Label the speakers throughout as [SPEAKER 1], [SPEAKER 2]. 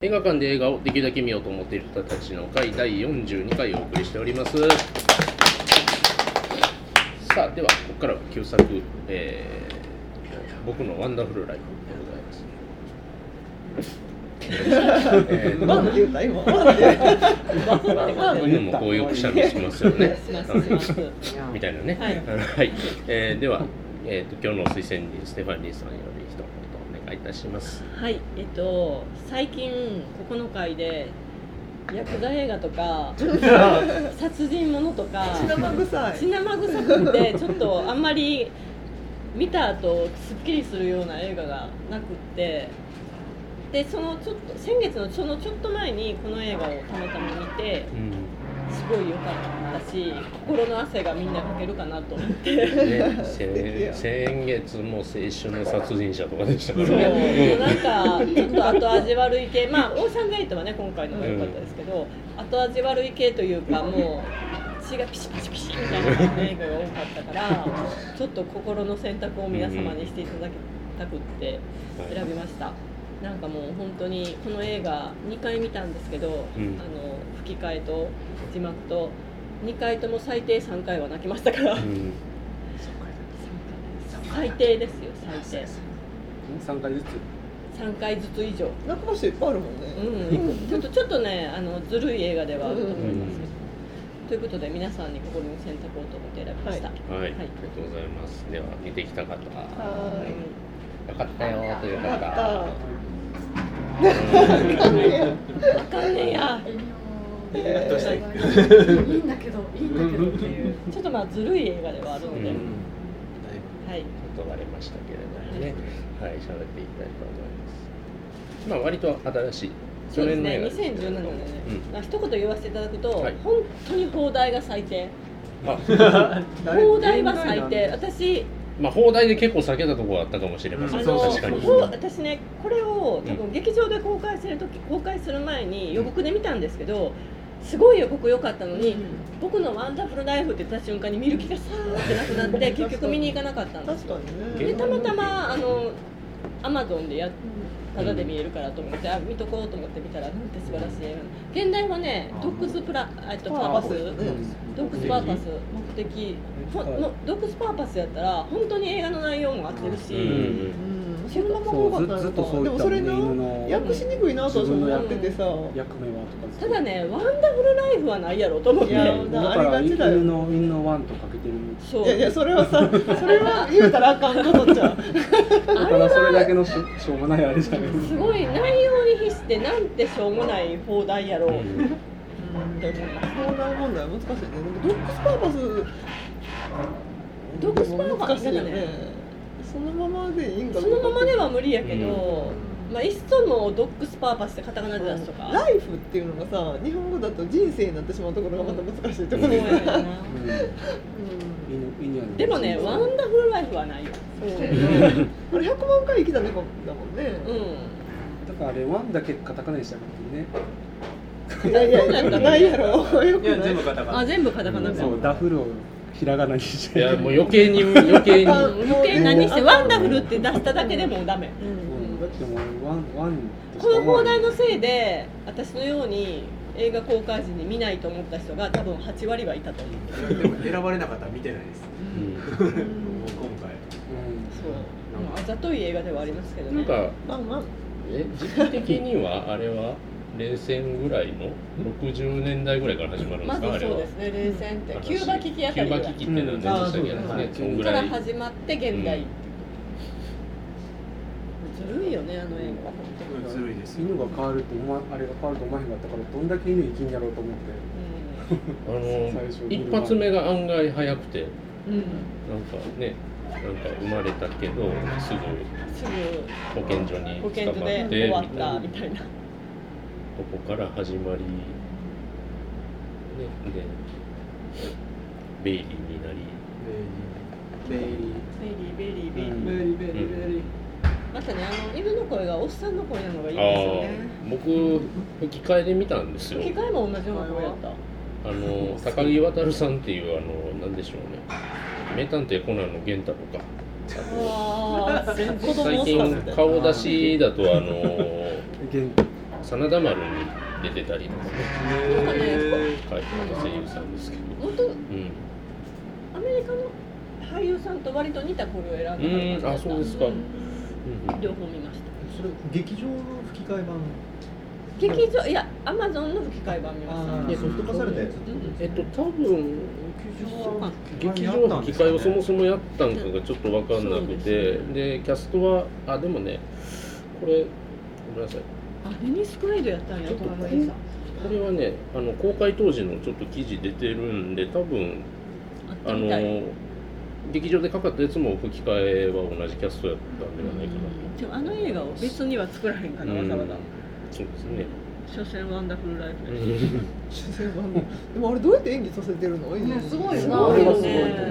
[SPEAKER 1] 映画館で映画をできるだけ見ようと思っている人たちの会第42回をお送りしておりますさあではここからは旧作、えー僕のワンダフルライフ」でございます
[SPEAKER 2] えー、なんで言うた今。なんで
[SPEAKER 1] 犬もこうよくしゃべりしますよね
[SPEAKER 3] しますします
[SPEAKER 1] みたいなね
[SPEAKER 3] はい
[SPEAKER 1] はい、えーでは、えー、と今日の推薦人ステファニーさんより一言お願いいたします
[SPEAKER 3] はいえっと最近ここの回でヤクザ映画とか殺人ものとか
[SPEAKER 2] 血生臭
[SPEAKER 3] 血
[SPEAKER 2] い。
[SPEAKER 3] 生臭くてちょっとあんまり見た後すっきりするような映画がなくってでそのちょっと先月のそのちょっと前にこの映画をたまたま見てすごい良かったし心の汗がみんなかけるかなと思って。
[SPEAKER 1] ね、先先月も青春の殺人者とかでしたから
[SPEAKER 3] そう
[SPEAKER 1] ね。
[SPEAKER 3] なんかちょっと後味悪い系まあオーシャンゲートはね今回のが良かったですけど、後味悪い系というかもう血がピシピシピシみたいな感じの映画が多かったからちょっと心の選択を皆様にしていただきたくって
[SPEAKER 1] うん
[SPEAKER 3] 選びましたなんかもう本当にこの映画2回見たんですけど、
[SPEAKER 1] うん
[SPEAKER 3] あの吹き替えと字幕と2回とも最低3回は泣きましたから、
[SPEAKER 1] うん
[SPEAKER 3] 最低ですよ最低
[SPEAKER 4] 三回ずつ。
[SPEAKER 3] 3回ずつ以上
[SPEAKER 2] 泣く場所いっぱいあるもんね。
[SPEAKER 3] うん、ちょっとちょっとねあのずるい映画ではあると思います、
[SPEAKER 1] うん
[SPEAKER 3] ということで皆さんに心の選択をと思って選びました、
[SPEAKER 2] はい
[SPEAKER 1] はい、あり
[SPEAKER 3] はい
[SPEAKER 1] がとうございます。では、見てきた方。よ
[SPEAKER 2] は
[SPEAKER 1] かったよという
[SPEAKER 2] ー
[SPEAKER 1] 方。う
[SPEAKER 2] い。や
[SPEAKER 1] ん
[SPEAKER 3] あかんねや
[SPEAKER 2] えー
[SPEAKER 5] いいんだけど、いいんだけどっていう。
[SPEAKER 3] ちょっとまあずるい映画ではあるので、
[SPEAKER 1] うん
[SPEAKER 3] はい
[SPEAKER 1] 断れましたけれどもね。はい、喋っていきたいと思います。まあ、割と新しい。
[SPEAKER 3] そうですね
[SPEAKER 1] 去年の映
[SPEAKER 3] 2017
[SPEAKER 1] 画
[SPEAKER 3] 年
[SPEAKER 1] で
[SPEAKER 3] ね
[SPEAKER 1] すけれども、
[SPEAKER 3] まあ一言言わせていただくと、
[SPEAKER 1] はい
[SPEAKER 3] 本当に放題が最低
[SPEAKER 1] うんあ
[SPEAKER 3] 放題は最低。私
[SPEAKER 1] まあ、放題で結構避けたところはあったかもしれま
[SPEAKER 3] あ
[SPEAKER 1] せん。
[SPEAKER 3] の
[SPEAKER 1] 確かに。
[SPEAKER 3] こう私ねこれを多分劇場で公開する時公開する前に予告で見たんですけどすごい予告良かったのに、僕のワンダフルライフって言った瞬間に見る気がさーってなくなって結局見に行かなかったんです
[SPEAKER 2] 確かにね。
[SPEAKER 3] でたまたまあのアマゾンでやただで見えるからと思ってあ見とこうと思って見たらなんて素晴らしい映画現代はねドックスプラえっとパーパスドックスパーパス目的ほんのドックスパーパスやったら本当に映画の内容も合ってる
[SPEAKER 1] う
[SPEAKER 3] し、
[SPEAKER 1] ん
[SPEAKER 2] うん。そのまま多かった
[SPEAKER 4] そうずずっとそうい
[SPEAKER 2] で
[SPEAKER 4] っ
[SPEAKER 2] も
[SPEAKER 4] た
[SPEAKER 2] それ
[SPEAKER 4] ネーム
[SPEAKER 2] な
[SPEAKER 4] の
[SPEAKER 2] 訳しにくいなとは思っててさ。
[SPEAKER 4] 役目はとか。
[SPEAKER 3] ただ。ねワンダフルライフはないやろと思っ
[SPEAKER 2] い
[SPEAKER 3] て
[SPEAKER 2] や
[SPEAKER 4] だから
[SPEAKER 2] ありがちだよ
[SPEAKER 4] 犬の犬のワンとかけてる。
[SPEAKER 3] そう
[SPEAKER 2] いやいやそれはさ、それは言うたらあかんことじゃん。
[SPEAKER 4] だからそれだけのししょうもないあれじゃない。
[SPEAKER 3] すごい内容に比してなんてしょうもない放題やろうって
[SPEAKER 1] うん
[SPEAKER 3] 思います
[SPEAKER 2] 相談問題難しいね。でもドッグスパーパス。
[SPEAKER 3] ドッグスパーパス
[SPEAKER 2] 難しいよね。そのままでいいんかな。
[SPEAKER 3] そのままでは無理やけど、まあ、いっそのドッグスパーパスってカタカナで出すとか、
[SPEAKER 2] ライフっていうのがさ、日本語だと人生になってしまうところがまた難しいところ
[SPEAKER 3] そう
[SPEAKER 2] で
[SPEAKER 3] や
[SPEAKER 2] さ。
[SPEAKER 3] な
[SPEAKER 2] うん
[SPEAKER 4] 犬犬は
[SPEAKER 3] でもねワンダフルライフはないよ
[SPEAKER 2] そうこれ100万回生きた猫だもんね。
[SPEAKER 3] うん
[SPEAKER 4] だからあれワンだけカタカナにしたかったね。
[SPEAKER 2] いやいや、ないやろ。よくない。
[SPEAKER 6] カタ
[SPEAKER 3] あ全部カタカナか
[SPEAKER 4] そうダフルをひらがなにし
[SPEAKER 1] い
[SPEAKER 4] て。
[SPEAKER 1] や、もう余計に、余 計に。
[SPEAKER 2] あ
[SPEAKER 1] う
[SPEAKER 3] 余計何してワンダフルって出しただけでもうダメ
[SPEAKER 4] うんだってもうワンワンとし
[SPEAKER 3] こ
[SPEAKER 4] か
[SPEAKER 3] の
[SPEAKER 4] 思わ
[SPEAKER 3] 放
[SPEAKER 4] ない。
[SPEAKER 3] 題のせいで私のように映画公開時に見ないと思った人が多分8割はいたと思う
[SPEAKER 6] でも選ばれなかったら見てないです。
[SPEAKER 1] ん
[SPEAKER 6] もう今回。
[SPEAKER 3] そう、まあ、あざとい映画ではありますけどね
[SPEAKER 1] なんか。
[SPEAKER 2] まあまあ、
[SPEAKER 1] え時期的には あれは冷戦ぐらいの60年代ぐらいから始まるんで
[SPEAKER 3] ますず
[SPEAKER 1] か、
[SPEAKER 3] そう
[SPEAKER 1] あれは
[SPEAKER 3] ですね冷戦ってキューバ危機あ
[SPEAKER 1] キ
[SPEAKER 3] た
[SPEAKER 1] ュー
[SPEAKER 3] りぐ
[SPEAKER 1] バ
[SPEAKER 3] ら
[SPEAKER 1] 危機
[SPEAKER 3] い
[SPEAKER 1] っていうのは全然したけどね、
[SPEAKER 2] うん
[SPEAKER 1] そんぐ
[SPEAKER 3] からら
[SPEAKER 1] い
[SPEAKER 3] 始まって現代、
[SPEAKER 1] うん
[SPEAKER 3] ずるいよねあの映画は本当に
[SPEAKER 6] うんずるいですよ。
[SPEAKER 4] 犬が変わると思わあれが変わると思わへんかったからどんだけ犬生きんやろうと思って。
[SPEAKER 1] あの
[SPEAKER 4] 最初
[SPEAKER 1] 一発目が案外早くて
[SPEAKER 3] うん、うん、
[SPEAKER 1] なんかねなんか生まれたけどすぐ
[SPEAKER 3] すぐ
[SPEAKER 1] 保健所に
[SPEAKER 3] 保健
[SPEAKER 1] 捕
[SPEAKER 3] 所
[SPEAKER 1] まって
[SPEAKER 3] で
[SPEAKER 1] みた
[SPEAKER 3] 終
[SPEAKER 1] い
[SPEAKER 3] わっ
[SPEAKER 1] な
[SPEAKER 3] たみたいな
[SPEAKER 1] ここから始まり、ね、でベイリーになり
[SPEAKER 6] ベイリー。
[SPEAKER 3] ベリーベリーベリー、
[SPEAKER 4] うん
[SPEAKER 6] ベイリー。ベイリー。ベイリー。
[SPEAKER 3] またねあの犬の声がおっさんの声なのがいいですよ
[SPEAKER 1] あ
[SPEAKER 3] ね
[SPEAKER 1] あ僕吹き替えで見たんですよ
[SPEAKER 3] 吹き替えも同じような声やった
[SPEAKER 1] あの高木渉さんっていうあのなんでしょうね名探偵コナンの源太郎か
[SPEAKER 3] ああ子供
[SPEAKER 1] 最
[SPEAKER 3] の声
[SPEAKER 1] 近顔出しだとあの
[SPEAKER 4] 元
[SPEAKER 1] 真田丸に出てたりとかね、
[SPEAKER 6] え
[SPEAKER 1] はい、あの声優さんですけど、
[SPEAKER 3] 元
[SPEAKER 1] うん、
[SPEAKER 3] アメリカの俳優さんと割と似た声を選んだ感じだった
[SPEAKER 1] うんあそうですか
[SPEAKER 3] ん
[SPEAKER 1] うん
[SPEAKER 3] 両方見ました
[SPEAKER 7] それ劇場の吹き替え版
[SPEAKER 3] 劇場いやアマゾンの吹き替え版見ました
[SPEAKER 7] あーソフト化されたやつ
[SPEAKER 3] うん
[SPEAKER 1] えっと多分
[SPEAKER 3] そうか
[SPEAKER 1] 劇場の機会をそもそもやったんかがちょっと分かんなくて、
[SPEAKER 3] うん
[SPEAKER 1] でキャストはあでもねこれごめんなさい
[SPEAKER 3] あレニス・クレイドやったんや
[SPEAKER 1] ちょっと
[SPEAKER 3] トラマリーさん
[SPEAKER 1] これはねあの公開当時のちょっと記事出てるんで多分
[SPEAKER 3] あっ
[SPEAKER 1] あ
[SPEAKER 3] たみたい
[SPEAKER 1] の劇場でかかったやつも吹き替えは同じキャストやったんではないかな
[SPEAKER 3] うんでもあの映画を別には作らへんか
[SPEAKER 1] と、
[SPEAKER 3] らわざわざ
[SPEAKER 1] そうですね、
[SPEAKER 3] 所詮ワンダフルライフやし
[SPEAKER 2] 主戦はねでもあれどうやって演技させてるの
[SPEAKER 5] ねすごいよ
[SPEAKER 2] な
[SPEAKER 5] な
[SPEAKER 7] あれはすごい
[SPEAKER 3] ね
[SPEAKER 7] あれ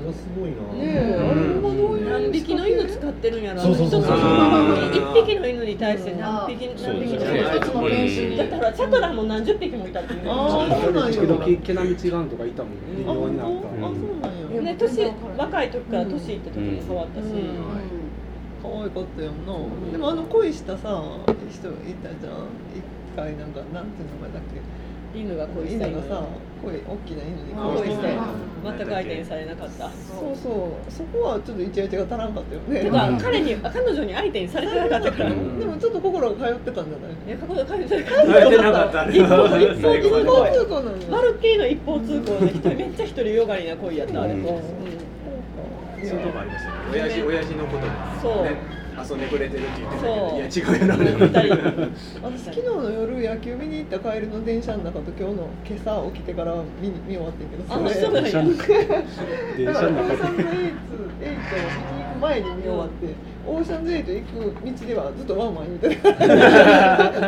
[SPEAKER 7] はすごいな
[SPEAKER 2] ねえあれはどういう
[SPEAKER 3] 何匹の犬使ってるんやろ
[SPEAKER 7] そうそうそうそう
[SPEAKER 3] あの人数一匹の犬に対して何匹
[SPEAKER 1] そう
[SPEAKER 3] 何
[SPEAKER 1] です
[SPEAKER 3] 匹
[SPEAKER 1] よ
[SPEAKER 3] じゃ
[SPEAKER 1] ね
[SPEAKER 3] ない
[SPEAKER 5] 一つの練習に
[SPEAKER 3] だからチャトラも何十匹もいたっていう
[SPEAKER 2] あーそうなんや
[SPEAKER 4] 時々毛並み違うのとかいたもんね
[SPEAKER 2] あ
[SPEAKER 4] 微妙
[SPEAKER 2] 本
[SPEAKER 4] にな
[SPEAKER 2] 当
[SPEAKER 4] っ
[SPEAKER 2] あそうなんや
[SPEAKER 3] ね、年若い時から年いった時も変わったし、
[SPEAKER 2] うん可愛かったよな、でもあの恋したさ人いたじゃん一回なんかなんていう名前だっけ
[SPEAKER 3] 犬が恋し
[SPEAKER 2] 稲
[SPEAKER 3] た
[SPEAKER 2] が
[SPEAKER 3] 犬
[SPEAKER 2] さ恋大きな犬に
[SPEAKER 3] 恋
[SPEAKER 2] 恋
[SPEAKER 3] し
[SPEAKER 2] したて
[SPEAKER 3] 犬全く相手にされなかった
[SPEAKER 2] そうそうそこはちょっとイチャイチャが足らんかったよね
[SPEAKER 3] てか彼にあ彼女に相手にされてなかったから、
[SPEAKER 1] う
[SPEAKER 3] うんん、
[SPEAKER 2] でもちょっと心が通ってたんじゃない
[SPEAKER 3] いや過去の彼女に
[SPEAKER 6] ー、慣れてなかったね。
[SPEAKER 3] 一方
[SPEAKER 2] 一
[SPEAKER 3] 一
[SPEAKER 2] 方
[SPEAKER 3] 方
[SPEAKER 2] 通行なの
[SPEAKER 3] バルッキーの一方通行で一人めっちゃ一人よがりな恋やったあれも、
[SPEAKER 1] うん
[SPEAKER 6] そういうとこありましたね。親父親父のこと
[SPEAKER 3] そう
[SPEAKER 6] ね、遊んでくれてるって言ってた
[SPEAKER 3] そう
[SPEAKER 6] けど、いや違うやろ
[SPEAKER 3] うん、二人
[SPEAKER 2] 私昨日の夜野球見に行った帰りの電車の中と今日の今朝起きてから見に見終わってんけど
[SPEAKER 3] あそうなんや
[SPEAKER 2] だからオーシャンズエイトエイトを見に行
[SPEAKER 4] た電車の中で
[SPEAKER 2] く前に見終わってオーシャンズエイト行く道ではずっとワンワン言うてた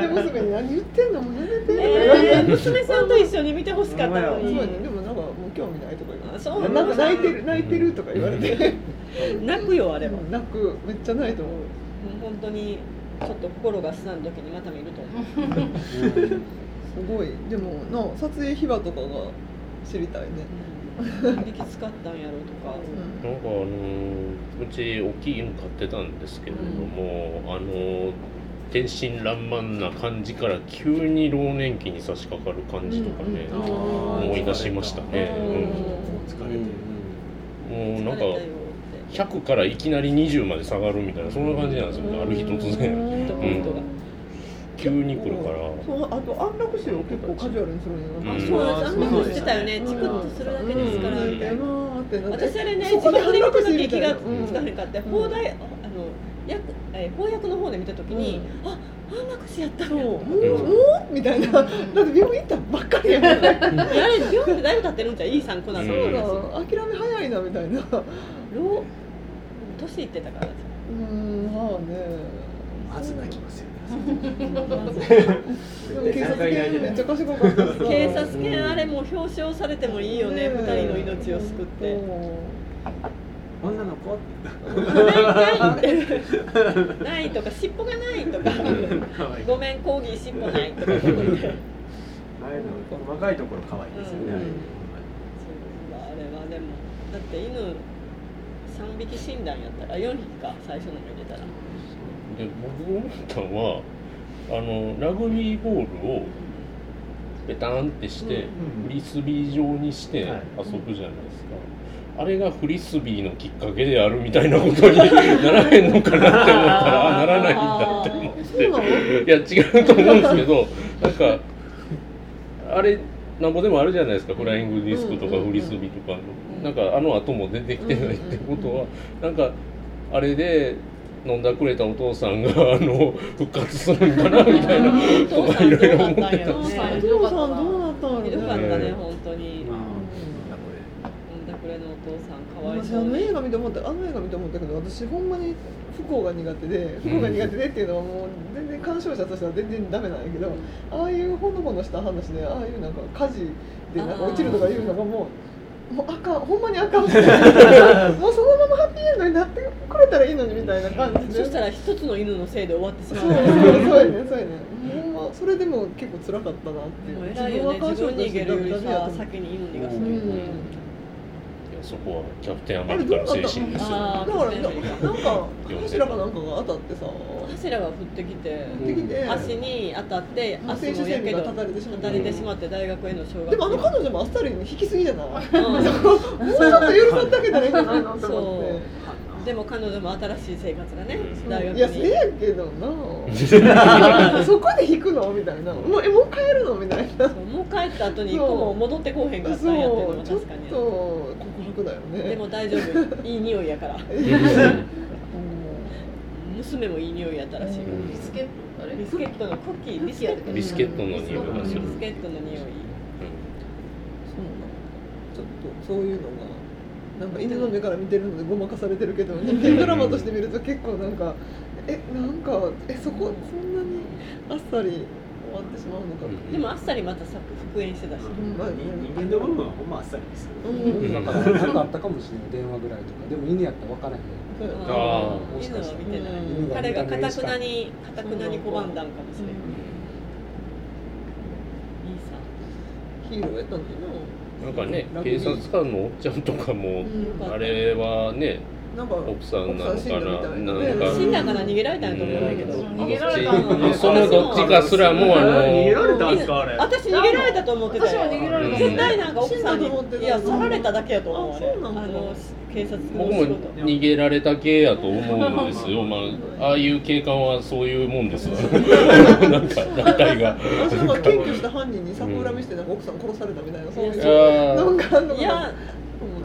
[SPEAKER 2] で娘に「何言ってんのもうやめて」とか言われ
[SPEAKER 3] えー、
[SPEAKER 2] て
[SPEAKER 3] 娘さんと一緒に見てほしかった
[SPEAKER 2] そ
[SPEAKER 3] の
[SPEAKER 2] う
[SPEAKER 3] に
[SPEAKER 2] やねでもなんかもう興味ないとか言われて
[SPEAKER 3] あそう
[SPEAKER 2] なんか泣いてる泣いてるとか言われて
[SPEAKER 3] 泣くよあれは、
[SPEAKER 2] 泣くめっちゃ泣いと思う
[SPEAKER 3] 本当にちょっと心がすなる時にまた見ると思う
[SPEAKER 2] すごいでもな撮影秘話とかが知りたいね、
[SPEAKER 3] うん、きつかったんやろと
[SPEAKER 1] な
[SPEAKER 3] か、
[SPEAKER 1] んかあのーうち大きい犬飼ってたんですけれども、あのー天真爛漫な感じから急に老年期に差し掛かる感じとかね、
[SPEAKER 3] うん
[SPEAKER 1] 思い出しましたね、
[SPEAKER 6] 疲れてる。
[SPEAKER 1] うんもうなんか
[SPEAKER 3] 疲れたよって
[SPEAKER 1] 100からいきなり20まで下がるみたいなそんな感じなんですよねある日突然
[SPEAKER 3] ちょっと本当が、
[SPEAKER 1] 急に来るから
[SPEAKER 2] そうあと安楽死を結構カジュアルにするんやな、
[SPEAKER 1] うん
[SPEAKER 3] そう
[SPEAKER 6] あ
[SPEAKER 3] なんですあんなことしてたよねチクッとするだけですからみたいな、私あれね自分で見た時気がつかへんかった放題あの役えー、翻訳の方で見た時に、ああんな口やった
[SPEAKER 2] そう、
[SPEAKER 3] んや
[SPEAKER 2] もう、もうみたいな、だって病院行ったばっかりやん。そう
[SPEAKER 3] いやあれ病院でだいぶ経ってるんじゃんいい参考なんだ
[SPEAKER 1] そう
[SPEAKER 2] だ
[SPEAKER 1] だ
[SPEAKER 2] 諦め早いなみたいな。
[SPEAKER 3] 老年いってたから
[SPEAKER 2] うん、まあね。
[SPEAKER 6] まず泣きますよね。
[SPEAKER 2] でも警察
[SPEAKER 6] 絶対泣い
[SPEAKER 2] 犬
[SPEAKER 6] てな
[SPEAKER 2] め
[SPEAKER 6] い
[SPEAKER 2] っちゃ賢かったしさ。
[SPEAKER 3] 警察犬あれもう表彰されてもいいよね
[SPEAKER 2] え
[SPEAKER 3] 二人の命を救って。
[SPEAKER 6] 女の子。
[SPEAKER 3] ないとか尻尾がないとか
[SPEAKER 6] 可愛い。
[SPEAKER 3] ごめんコーギー尻尾ないとか言ってそう
[SPEAKER 6] あれの若いところ可愛いですよね。
[SPEAKER 3] うん
[SPEAKER 6] あれ
[SPEAKER 3] あれはでもだって犬3匹死んだんやったら4匹か最初の入れたら
[SPEAKER 1] で僕思ったのはあのラグビーボールをペタンってして、フリスビー状にして遊
[SPEAKER 6] はい
[SPEAKER 1] ぶじゃないですか、あれがフリスビーのきっかけであるみたいなことにならへんのかなって思ったらあならないんだって思
[SPEAKER 2] そうなの
[SPEAKER 1] っていや違うと思うんですけどなんかあれなんぼでもあるじゃないですかフライングディスクとか
[SPEAKER 2] うんうんうん
[SPEAKER 1] フリスビーとかのなんかあの後も出てきてないってことはなんかあれで飲んだくれたお父さんがあの復活するんかなみたいなとかいろいろ思ってたんですけど
[SPEAKER 5] お父さん
[SPEAKER 2] お父さんどうなったん
[SPEAKER 3] ひ
[SPEAKER 2] や
[SPEAKER 3] どか
[SPEAKER 2] ろ
[SPEAKER 3] っ
[SPEAKER 2] ね。
[SPEAKER 3] たね本当に
[SPEAKER 6] まあ
[SPEAKER 2] うん
[SPEAKER 3] 産んだくれのお父さんかわい
[SPEAKER 2] 私
[SPEAKER 3] そ
[SPEAKER 2] あ
[SPEAKER 3] う
[SPEAKER 2] の
[SPEAKER 3] に
[SPEAKER 2] 映画見て思ったあの映画見て思ったけど私ほんまに不幸が苦手で不幸が苦手でっていうのはもう全然鑑賞者としては全然ダメなんやけどああいうほのぼのした話でああいうなんか火事でなんか落ちるとかいうのがもうもうあかんほんまに あかんもうそのままハッピーエンドになってくれたらいいのにみたいな感じで
[SPEAKER 3] そしたら一つの犬のせいで終わってしま
[SPEAKER 2] そうそうそ
[SPEAKER 3] う
[SPEAKER 2] うやねそうやねほんまそれでも結構辛かったなってい
[SPEAKER 3] も
[SPEAKER 2] う
[SPEAKER 3] う偉いよね自分に逃げるよりさ先に犬逃がす
[SPEAKER 2] う
[SPEAKER 3] の
[SPEAKER 2] ん
[SPEAKER 3] よね
[SPEAKER 1] いやそこはキャプテンア
[SPEAKER 2] あ
[SPEAKER 1] メ
[SPEAKER 2] れ
[SPEAKER 1] リ
[SPEAKER 2] ど
[SPEAKER 1] カの
[SPEAKER 2] うなった
[SPEAKER 1] 精神です よ
[SPEAKER 3] あ
[SPEAKER 2] だ
[SPEAKER 3] ー
[SPEAKER 2] からななんか柱かなんかが当たってさ
[SPEAKER 3] 柱が降ってきて
[SPEAKER 2] 降ってきて
[SPEAKER 3] 足に当たって
[SPEAKER 2] うん
[SPEAKER 3] 足もやけど
[SPEAKER 2] 選手生命が断たれてしまった
[SPEAKER 3] たれてしまって大学への奨学
[SPEAKER 2] でもあの彼女もアスタリン引きすぎじゃないもうちょ
[SPEAKER 3] う
[SPEAKER 2] っと緩さってあげたらいいんじゃないのと思っ
[SPEAKER 3] んでも彼女も新しい生活がね
[SPEAKER 1] うん
[SPEAKER 3] 大
[SPEAKER 2] てい
[SPEAKER 3] 学に
[SPEAKER 2] やせやけど なそこで引くのみたいなもうえもう帰るのみたいな
[SPEAKER 3] そうもう帰った後にこう戻ってこうへんかったんやっていうの
[SPEAKER 2] そ
[SPEAKER 3] も
[SPEAKER 2] うちょっ
[SPEAKER 3] 確かに
[SPEAKER 2] と告白だよね
[SPEAKER 3] でも大丈夫いい匂いやから
[SPEAKER 2] う
[SPEAKER 3] 娘もいい匂いやったらしい
[SPEAKER 1] うん
[SPEAKER 5] ビスケットあれ
[SPEAKER 3] ビスケットのクッキービスケット
[SPEAKER 1] ビスケットの匂いがする
[SPEAKER 3] ビスケットの匂い
[SPEAKER 2] そうなのちょっとそういうのがなんか犬の目から見てるのでごまかされてるけ ど人間ドラマとして見ると結構なんかえなんかえそこそんなにあっさり終わってしまうのかって
[SPEAKER 3] でもあっさりまた作復縁してたし
[SPEAKER 2] うんまあ
[SPEAKER 6] 人間の部分はほんまあっさりですよ
[SPEAKER 2] うん
[SPEAKER 4] なんかなんかあったかもしれない電話ぐらいとかでも犬やったら分からへん
[SPEAKER 2] そうやな
[SPEAKER 1] あ
[SPEAKER 4] ー
[SPEAKER 3] 犬は見てない
[SPEAKER 2] うん
[SPEAKER 3] 彼がかたくなにかたくなに拒んだんかもしれ
[SPEAKER 2] ヒ
[SPEAKER 3] ない、いいさ
[SPEAKER 2] ーローやったんだよ
[SPEAKER 1] なんかね警察官のおっちゃんとかも
[SPEAKER 3] うん
[SPEAKER 1] あれはね
[SPEAKER 2] ななんか
[SPEAKER 1] 奥さんなの
[SPEAKER 2] 奥さん死んだ
[SPEAKER 1] か
[SPEAKER 2] み
[SPEAKER 1] なな
[SPEAKER 2] たいなんうん
[SPEAKER 3] 死ん
[SPEAKER 1] か
[SPEAKER 3] だから逃げられたんやと思うんだけど、
[SPEAKER 1] う
[SPEAKER 5] 逃げられたの
[SPEAKER 1] どっちそのどっちかすらもうあ
[SPEAKER 6] 逃げ
[SPEAKER 1] の
[SPEAKER 6] られたんすかあれ
[SPEAKER 3] 私逃げられたと思ってた
[SPEAKER 5] 私も逃げら
[SPEAKER 1] れた
[SPEAKER 3] 絶対なんか奥さん
[SPEAKER 2] 死んだと思って
[SPEAKER 3] に
[SPEAKER 2] た
[SPEAKER 3] いや刺られただけやと思う
[SPEAKER 2] あ
[SPEAKER 3] あれあ
[SPEAKER 2] そうなんだ
[SPEAKER 3] の警察の
[SPEAKER 1] 僕
[SPEAKER 3] 仕
[SPEAKER 1] も
[SPEAKER 3] 事
[SPEAKER 1] 逃げられた系やと思うんですよまあああいう警官はそういうもんですわなんか団体が
[SPEAKER 2] 私なんか検挙した犯人に逆恨みしてなんか奥さん殺されたみたいなそういう
[SPEAKER 3] い
[SPEAKER 1] や
[SPEAKER 2] なんかあんの
[SPEAKER 3] い
[SPEAKER 2] かな
[SPEAKER 3] や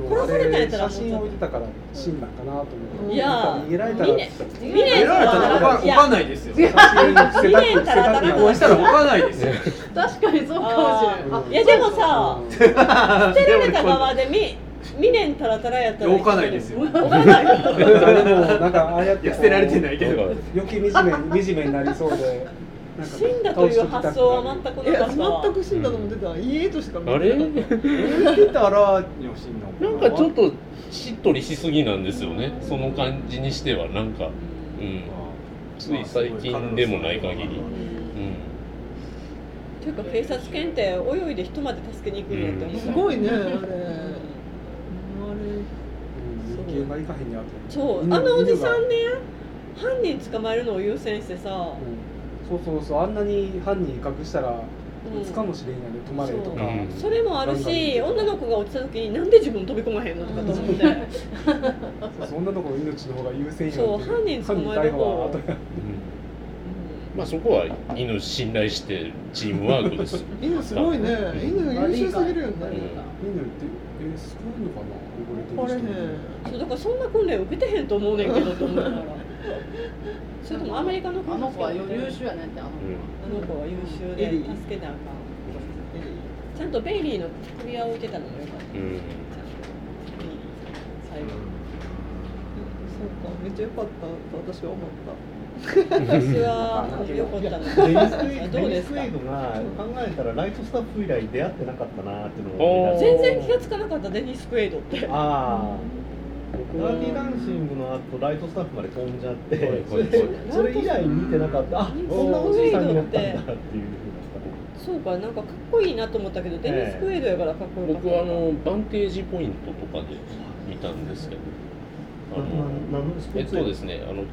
[SPEAKER 3] 殺されたんやったらもう
[SPEAKER 4] 写真置いてたから死んだんかなと思って
[SPEAKER 2] い
[SPEAKER 3] や
[SPEAKER 4] 逃げられたら
[SPEAKER 3] 見 ね見ねえ
[SPEAKER 6] 逃げられたらわか
[SPEAKER 3] い
[SPEAKER 6] わかん
[SPEAKER 3] や
[SPEAKER 6] ないですよこ
[SPEAKER 4] 写真
[SPEAKER 3] 見ねえから当たらないう
[SPEAKER 6] した らわかんないですよ
[SPEAKER 5] 確かにそうかもしれない
[SPEAKER 4] あ
[SPEAKER 5] あ
[SPEAKER 4] ー
[SPEAKER 3] いやでもさ捨てられた側でみ未練たらたらやったら
[SPEAKER 6] 動かないですよ
[SPEAKER 3] 動かないよ
[SPEAKER 4] でもなんかああやって
[SPEAKER 6] いや捨てられてないけど
[SPEAKER 1] なんか
[SPEAKER 4] 余計惨め惨めになりそうでなんか
[SPEAKER 3] 死んだという発想は全く
[SPEAKER 2] い
[SPEAKER 3] なか
[SPEAKER 2] や
[SPEAKER 3] ったわ
[SPEAKER 2] 全く死んだと思ってた家としか見て
[SPEAKER 1] あ
[SPEAKER 2] なか
[SPEAKER 1] れ
[SPEAKER 2] った
[SPEAKER 6] 逃げたらよしんの
[SPEAKER 1] なんかちょっとしっとりしすぎなんですよねその感じにしてはなんかうんつい最近でもない限りうん
[SPEAKER 3] というか警察犬って泳いで人まで助けに行くんやって思った
[SPEAKER 2] すごいねあれ。あれ
[SPEAKER 4] うん人間がいかへんやと
[SPEAKER 3] そう
[SPEAKER 4] 犬
[SPEAKER 3] あのおじ
[SPEAKER 4] 犬が
[SPEAKER 3] さんね犯人捕まえるのを優先してさ、
[SPEAKER 4] うんそうそうそうあんなに犯人威嚇したら
[SPEAKER 3] うん
[SPEAKER 4] 撃つかもしれんやで止まれとか
[SPEAKER 1] うん
[SPEAKER 3] それもあるし女の子が落ちた時になんで自分飛び込まへんのとかと思って
[SPEAKER 4] そうそう女の子の命の方が優先やって
[SPEAKER 3] そう犯人捕まえる方
[SPEAKER 4] 犯人逮捕は後や
[SPEAKER 1] まあそこは犬信頼してチームワークですよ
[SPEAKER 2] 犬すごいね。犬優秀すぎるよね。
[SPEAKER 4] 犬ってえすごいのかな
[SPEAKER 2] こ
[SPEAKER 4] 溺れ
[SPEAKER 2] れ
[SPEAKER 4] て
[SPEAKER 2] ね
[SPEAKER 4] る人。
[SPEAKER 3] そうだからそんな訓練受けてへんと思うねんけどと思いながらそれともアメリカの
[SPEAKER 5] あの子は優
[SPEAKER 3] 優秀
[SPEAKER 5] 秀やねってあの子
[SPEAKER 3] あの子は優秀で助けたんかちゃんとベイリーの首輪を置いてたのもよかった、
[SPEAKER 1] うんうん
[SPEAKER 3] 最後
[SPEAKER 2] そうかめっちゃ良かったと私は思った。
[SPEAKER 3] 私は良かった
[SPEAKER 7] デニス・
[SPEAKER 3] などうで
[SPEAKER 7] デニ
[SPEAKER 3] す
[SPEAKER 7] ス
[SPEAKER 3] か
[SPEAKER 7] ウェイドが考えたらライトスタッフ以来出会ってなかったなーっていうの
[SPEAKER 1] おー
[SPEAKER 7] を
[SPEAKER 3] 全然気がつかなかったデニス・クエイドって
[SPEAKER 7] ああダーティーダンシングの後ライトスタッフまで飛んじゃって
[SPEAKER 1] はいはい
[SPEAKER 7] それそれ以来見てなかったあこんなおじいさんになったんだっていう
[SPEAKER 3] そうかなんかかっこいいなと思ったけどデニス・クエイドやからかっこよかった
[SPEAKER 1] 僕はあのバンテージポイントとかで見たんですけどあ
[SPEAKER 7] ふう
[SPEAKER 1] の
[SPEAKER 7] になったなななんのスポ
[SPEAKER 1] えっ
[SPEAKER 7] ーツ
[SPEAKER 1] とですね、あの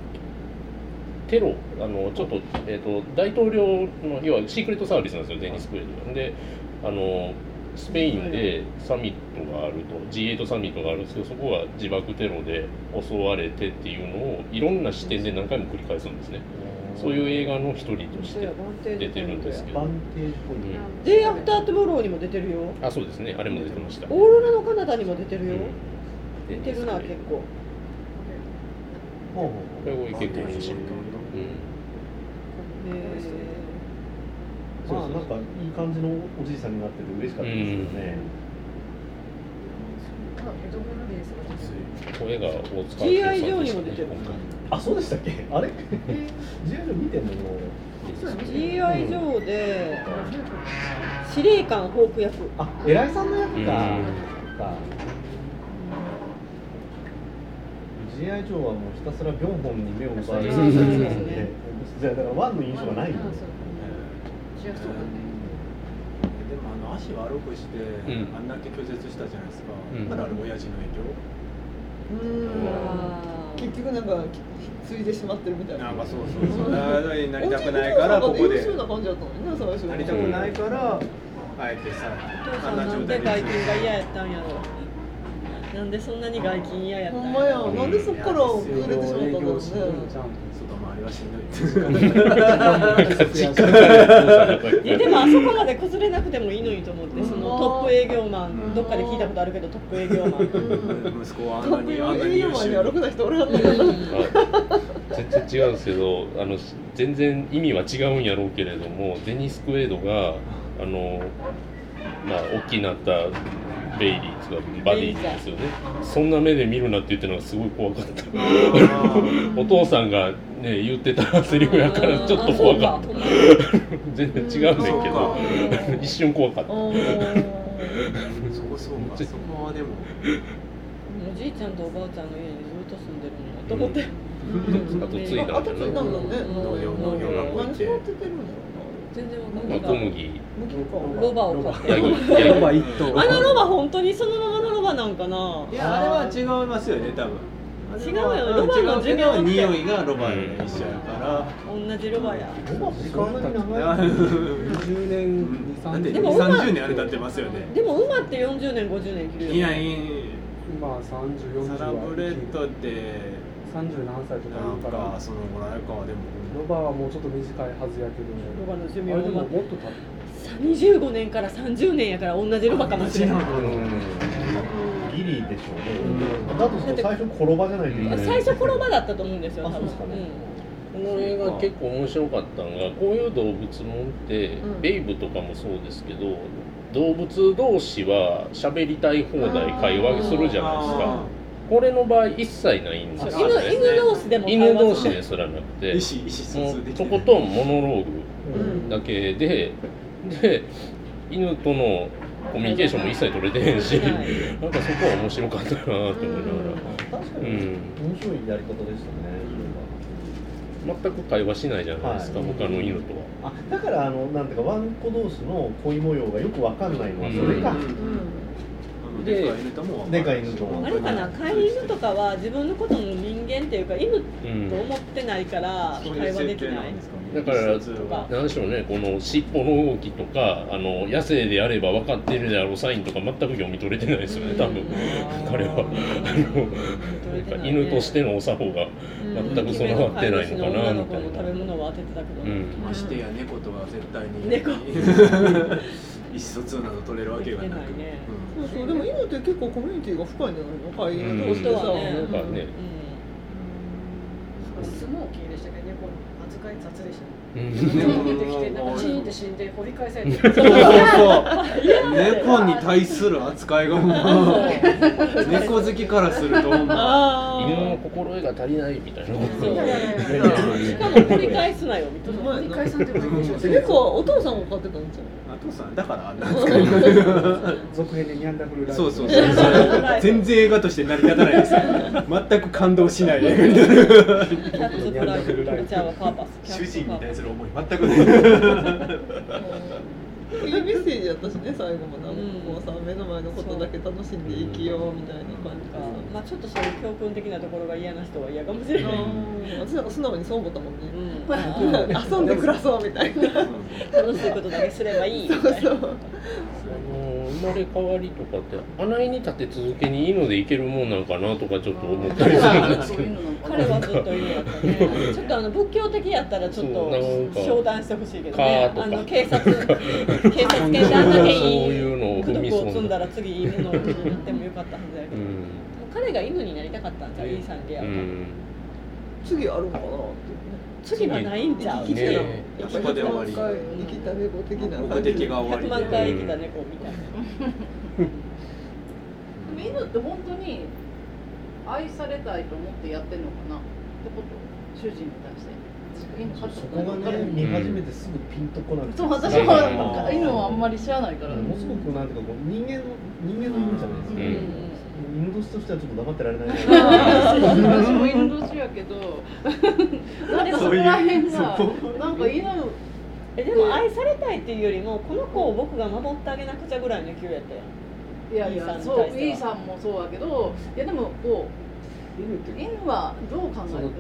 [SPEAKER 1] テロ、あのちょっと,、えっと大統領の、要はシークレットサービスなんですよ、デニス・クエイドが。であの、スペインでサミットがあると、G8 サミットがあるんですけど、そこが自爆テロで襲われてっていうのを、いろんな視点で何回も繰り返すんですね、そういう映画の一人として出てるんですけ
[SPEAKER 7] バ
[SPEAKER 1] ど
[SPEAKER 7] ン、テージポイント、
[SPEAKER 3] デイアフタートゥモローにも出てるよ
[SPEAKER 1] あ、そうですね、あれも出てました。
[SPEAKER 3] オーロラの彼方にも出てるよ、
[SPEAKER 1] うん
[SPEAKER 3] 出てるな結構
[SPEAKER 7] ほう
[SPEAKER 1] こ
[SPEAKER 7] ほう
[SPEAKER 1] れ結構面白い。
[SPEAKER 7] まあなんかいい感じのおじいさんになってて嬉しかったですよね、
[SPEAKER 5] あ江戸村ですが
[SPEAKER 1] うん、声が大塚明夫さん
[SPEAKER 3] GI ジョーにも出てる
[SPEAKER 1] 今回
[SPEAKER 7] あそうでしたっけあれ ?GI の見てんのもう
[SPEAKER 3] GI ジョーで司令官ホーク役
[SPEAKER 7] あ偉いさんの役か、
[SPEAKER 1] うん
[SPEAKER 7] か GI ジョーはもうひたすらビョンホンに目を奪われ
[SPEAKER 5] そうそうそうそう
[SPEAKER 7] じゃあだからワンの印象がないんだよ
[SPEAKER 5] そうかね
[SPEAKER 7] で
[SPEAKER 6] でもあの足悪くして、
[SPEAKER 1] うん
[SPEAKER 6] あんだけ拒絶したじゃないですか、
[SPEAKER 1] うん
[SPEAKER 6] まだあれ親父の影響、
[SPEAKER 2] うん結局なんかついでしまってるみたいな
[SPEAKER 6] なんかそうそうそうななりたくないからここ
[SPEAKER 2] おじい
[SPEAKER 6] で
[SPEAKER 2] ちゃんのお父さんが強そうな感じだったのね最初
[SPEAKER 6] なりたくないから、あえてさ
[SPEAKER 3] お父
[SPEAKER 6] あ
[SPEAKER 3] さ
[SPEAKER 6] ん
[SPEAKER 3] ん
[SPEAKER 6] な
[SPEAKER 3] なん
[SPEAKER 6] 状
[SPEAKER 3] で
[SPEAKER 6] 態
[SPEAKER 3] 外
[SPEAKER 6] に
[SPEAKER 3] 勤が嫌やったんやろなんでそんなに外勤嫌やった
[SPEAKER 2] ほ
[SPEAKER 3] ん
[SPEAKER 2] ん
[SPEAKER 3] や
[SPEAKER 2] まや
[SPEAKER 3] ろ
[SPEAKER 2] なんでそっから遅れてしまったんだろうね
[SPEAKER 6] 外回りはしんどい
[SPEAKER 3] えでもあそこまで崩れなくてもいいのにと思ってそ
[SPEAKER 2] うん
[SPEAKER 3] のトップ営業マンどっかで聞いたことあるけどトップ営業マン
[SPEAKER 6] 息子はあんな
[SPEAKER 2] 学
[SPEAKER 6] に
[SPEAKER 2] 園
[SPEAKER 6] あんな
[SPEAKER 2] の
[SPEAKER 6] に
[SPEAKER 2] 営業
[SPEAKER 6] 優
[SPEAKER 2] マ
[SPEAKER 6] 秀
[SPEAKER 2] ン にはろくな人おらんのかな
[SPEAKER 1] 全然違うんですけどあの全然意味は違うんやろうけれどもデニス・クエイドがあのまあ大きなったベイリーとかバディですよねそんな目で見るなって言ってるのがすごい怖かった お父さんが、ね、言ってたセリフやからちょっと怖かった全然違うねんけど 一瞬怖かった
[SPEAKER 2] お
[SPEAKER 6] そこそうかそこはでも
[SPEAKER 3] おじいちゃんとおばあちゃんの家にずっと住んでるんだと思って、
[SPEAKER 2] ー
[SPEAKER 1] あとつい
[SPEAKER 2] あ
[SPEAKER 1] だ
[SPEAKER 2] あ
[SPEAKER 1] ん
[SPEAKER 2] と
[SPEAKER 1] だ
[SPEAKER 2] つい
[SPEAKER 1] な
[SPEAKER 2] たんだね
[SPEAKER 3] 農業農業
[SPEAKER 6] 学校行
[SPEAKER 2] 何
[SPEAKER 6] っ
[SPEAKER 2] し
[SPEAKER 6] て
[SPEAKER 2] ようっててるんだろ
[SPEAKER 3] 全然わかん
[SPEAKER 1] ま
[SPEAKER 3] な
[SPEAKER 1] あ
[SPEAKER 3] い
[SPEAKER 1] 小麦
[SPEAKER 2] うな麦か
[SPEAKER 3] ロバを買って
[SPEAKER 1] ヤギ
[SPEAKER 4] ロバ
[SPEAKER 1] ヤ
[SPEAKER 4] 一頭
[SPEAKER 3] あのロバ本当にそのままのロバなんかない
[SPEAKER 6] やあれは違いますよね多分あれは
[SPEAKER 3] 違うよロバの
[SPEAKER 6] うん違うけ
[SPEAKER 3] 授業
[SPEAKER 6] ど
[SPEAKER 3] って
[SPEAKER 6] 匂いがロバより一緒やから
[SPEAKER 3] 同じロバや
[SPEAKER 4] 20年2 3
[SPEAKER 6] だって
[SPEAKER 4] 年
[SPEAKER 3] でも馬
[SPEAKER 6] 30年あれ経ってますよね
[SPEAKER 3] でも馬って40年50年生きるよ
[SPEAKER 6] いやいやい
[SPEAKER 4] 今3040
[SPEAKER 6] や
[SPEAKER 4] は
[SPEAKER 6] サラブレッドって
[SPEAKER 4] 30何歳とか
[SPEAKER 6] ないん
[SPEAKER 4] うから
[SPEAKER 6] かそのぐらいかでも
[SPEAKER 4] ロバはもうちょっと短いはずやけど
[SPEAKER 3] ロバの寿
[SPEAKER 4] あ
[SPEAKER 3] 命
[SPEAKER 4] れでも
[SPEAKER 3] は
[SPEAKER 4] もっと経っ
[SPEAKER 3] 25年から30年やから同じロバかもしれない
[SPEAKER 7] ギリでしょうね。だとその最初転ばじゃないといけない。
[SPEAKER 3] 最初転ばだったと思うんですよ多分
[SPEAKER 7] あそうですかね
[SPEAKER 1] この映画結構面白かったのがこういう動物もんって、
[SPEAKER 2] うん
[SPEAKER 1] ベイブとかもそうですけど動物同士は喋りたい放題会話するじゃないですか
[SPEAKER 6] あ
[SPEAKER 1] これの場合一切ないんですよね
[SPEAKER 3] 犬犬同士でも
[SPEAKER 1] 犬同士
[SPEAKER 3] で
[SPEAKER 1] ですらなく
[SPEAKER 6] ー
[SPEAKER 1] て
[SPEAKER 6] 意思意思疎
[SPEAKER 1] も
[SPEAKER 6] 通で
[SPEAKER 1] うと
[SPEAKER 6] きない
[SPEAKER 1] ことんモノロー
[SPEAKER 2] うん
[SPEAKER 1] グだけでで犬とのコミュニケーションも一切取れてへんしなんかそこは面白かったなと思いながら。
[SPEAKER 7] 確か
[SPEAKER 1] う
[SPEAKER 7] に
[SPEAKER 1] ん
[SPEAKER 7] 面白いやり方でしたね。
[SPEAKER 1] 全く会話しないじゃないですか、
[SPEAKER 7] はい
[SPEAKER 1] 他の犬とは。
[SPEAKER 7] あだからあのなんていうかワンコ同士の恋模様がよくわかんないのはそれ
[SPEAKER 6] う
[SPEAKER 7] か
[SPEAKER 6] ん。あのでかい犬とも分かる
[SPEAKER 7] でかい犬とも
[SPEAKER 3] あれかな飼い犬とかは自分のことも人間っていうか犬
[SPEAKER 1] うん
[SPEAKER 3] と思ってないから
[SPEAKER 6] そうい
[SPEAKER 3] 会
[SPEAKER 6] う
[SPEAKER 3] 話で
[SPEAKER 6] 設
[SPEAKER 3] き
[SPEAKER 6] 定な
[SPEAKER 3] ない
[SPEAKER 6] んですかね
[SPEAKER 1] だから
[SPEAKER 6] 普通は
[SPEAKER 1] なんでしょうね、この尻尾の動きとか、あの野生であれば分かってるであろうサインとか、全く読み取れてないですよね、多分
[SPEAKER 3] うん
[SPEAKER 1] 彼は。あの
[SPEAKER 3] 取れて
[SPEAKER 1] やっぱ
[SPEAKER 3] ないね
[SPEAKER 1] 犬としてのお作法が、
[SPEAKER 3] うん
[SPEAKER 1] 全く備わってないのかなみたいな
[SPEAKER 3] 女の子の食べ物は当ててたけど、
[SPEAKER 1] うん
[SPEAKER 6] ましてや猫とは絶対に
[SPEAKER 3] 猫
[SPEAKER 6] 意思 疎通など取れるわけが
[SPEAKER 3] で
[SPEAKER 6] な
[SPEAKER 3] き
[SPEAKER 6] く
[SPEAKER 3] ないね
[SPEAKER 6] うん
[SPEAKER 2] そうそうでも犬って結構コミュニティが深いんじゃないの飼い
[SPEAKER 1] うん
[SPEAKER 2] 犬同士でさ、
[SPEAKER 3] 本当はね
[SPEAKER 1] なんかね、
[SPEAKER 3] う
[SPEAKER 5] スモーキーでしたけどね、この扱い雑でしたね。
[SPEAKER 1] うん
[SPEAKER 5] 猫出てきて、なんかチーンって死んで、掘り返されて。
[SPEAKER 6] そうそうそう。猫に対する扱いがもう 猫好きからするともう。
[SPEAKER 3] んあ
[SPEAKER 1] 犬の
[SPEAKER 3] あ
[SPEAKER 1] 心得が足りないみたいなこと
[SPEAKER 3] そう
[SPEAKER 5] いやいやい
[SPEAKER 3] し
[SPEAKER 5] や
[SPEAKER 3] かも繰り返すなよみたいな
[SPEAKER 5] 掘り返されてもいいでしょ。
[SPEAKER 2] 猫はお父さんを飼ってたんじゃん
[SPEAKER 6] お父さんだからあんな扱い。
[SPEAKER 4] 続編でニャンダフルライ
[SPEAKER 6] そう
[SPEAKER 4] ブ
[SPEAKER 6] そうそうそう。全然映画として成り立たないですよ。全く感動しない映画になる。
[SPEAKER 3] キャットプライドカルチャーはパーパス
[SPEAKER 6] 主人に対
[SPEAKER 3] す
[SPEAKER 6] する思い全くない。
[SPEAKER 2] いいメッセージやったしね最後もなん
[SPEAKER 3] うん
[SPEAKER 2] かこうさ目の前のことだけ楽しんで生きようみたいな感じでさ
[SPEAKER 3] まあちょっとそういう教訓的なところが嫌な人は嫌かもしれない、
[SPEAKER 2] うん私なんか素直にそう思ったもんね、
[SPEAKER 3] うん
[SPEAKER 2] 遊んで暮らそうみたいな
[SPEAKER 3] 楽しいことだけすればいいみたいな
[SPEAKER 1] あの生まれ変わりとかって、穴に立て続けに犬でいけるもんなんかなとか、ちょっと思ったりするんですけど。
[SPEAKER 3] 彼はずっと犬だったねちょっとあの仏教的やったらちょっ
[SPEAKER 1] そうなん
[SPEAKER 3] と
[SPEAKER 1] か
[SPEAKER 3] 商談してほしいけど
[SPEAKER 1] カ
[SPEAKER 3] ね
[SPEAKER 1] ーとか
[SPEAKER 3] あの警察警察犬であんだけ
[SPEAKER 1] そういうの
[SPEAKER 3] い
[SPEAKER 1] を
[SPEAKER 3] い
[SPEAKER 1] 踏
[SPEAKER 3] 功
[SPEAKER 1] み
[SPEAKER 3] 徳
[SPEAKER 1] そうな
[SPEAKER 3] を積んだら次いいものをなってもよかったはずや
[SPEAKER 1] う
[SPEAKER 3] けど、もうん彼が犬になりたかったんじゃうイーさん出
[SPEAKER 1] う
[SPEAKER 3] 会うから、
[SPEAKER 1] ん
[SPEAKER 2] 次あるのかなって
[SPEAKER 3] 次はないんちゃう、
[SPEAKER 2] 生きて
[SPEAKER 1] ね
[SPEAKER 2] たもん
[SPEAKER 1] え
[SPEAKER 2] やっ
[SPEAKER 6] そこ
[SPEAKER 2] ぱ
[SPEAKER 6] で
[SPEAKER 2] り
[SPEAKER 6] 終わり
[SPEAKER 2] 100万回生きた猫的な
[SPEAKER 6] 目的が終わり
[SPEAKER 3] 100万回
[SPEAKER 6] で。
[SPEAKER 3] 生きた猫みたいな、
[SPEAKER 8] でも犬って本当に愛されたいと思ってやってんのかなってこと主人に対して犬飼って
[SPEAKER 7] そ
[SPEAKER 8] た
[SPEAKER 7] こがね見始めてすぐピンとこなくて。
[SPEAKER 8] そう私
[SPEAKER 1] も
[SPEAKER 8] はなんか犬をあんまり知らないから、
[SPEAKER 7] ものすごくなんていうかこう人間の人間の犬じゃないですか。
[SPEAKER 1] うん
[SPEAKER 7] 犬同士としてはちょっと黙ってられない
[SPEAKER 8] 私も犬同士やけどなんかそこら辺が
[SPEAKER 6] そういうそこ
[SPEAKER 8] なんか犬
[SPEAKER 3] えでも愛されたいっていうよりもこの子を僕が守ってあげなくちゃぐらいの勢いやったやん
[SPEAKER 8] いやい
[SPEAKER 3] イ
[SPEAKER 8] や、
[SPEAKER 3] ーサンに
[SPEAKER 8] そ
[SPEAKER 3] 対して
[SPEAKER 8] う、
[SPEAKER 3] は
[SPEAKER 8] E さんもそうだけど、いやでもこ
[SPEAKER 4] 犬って
[SPEAKER 8] う、犬はどう考えて
[SPEAKER 4] そ
[SPEAKER 8] る
[SPEAKER 4] の
[SPEAKER 8] の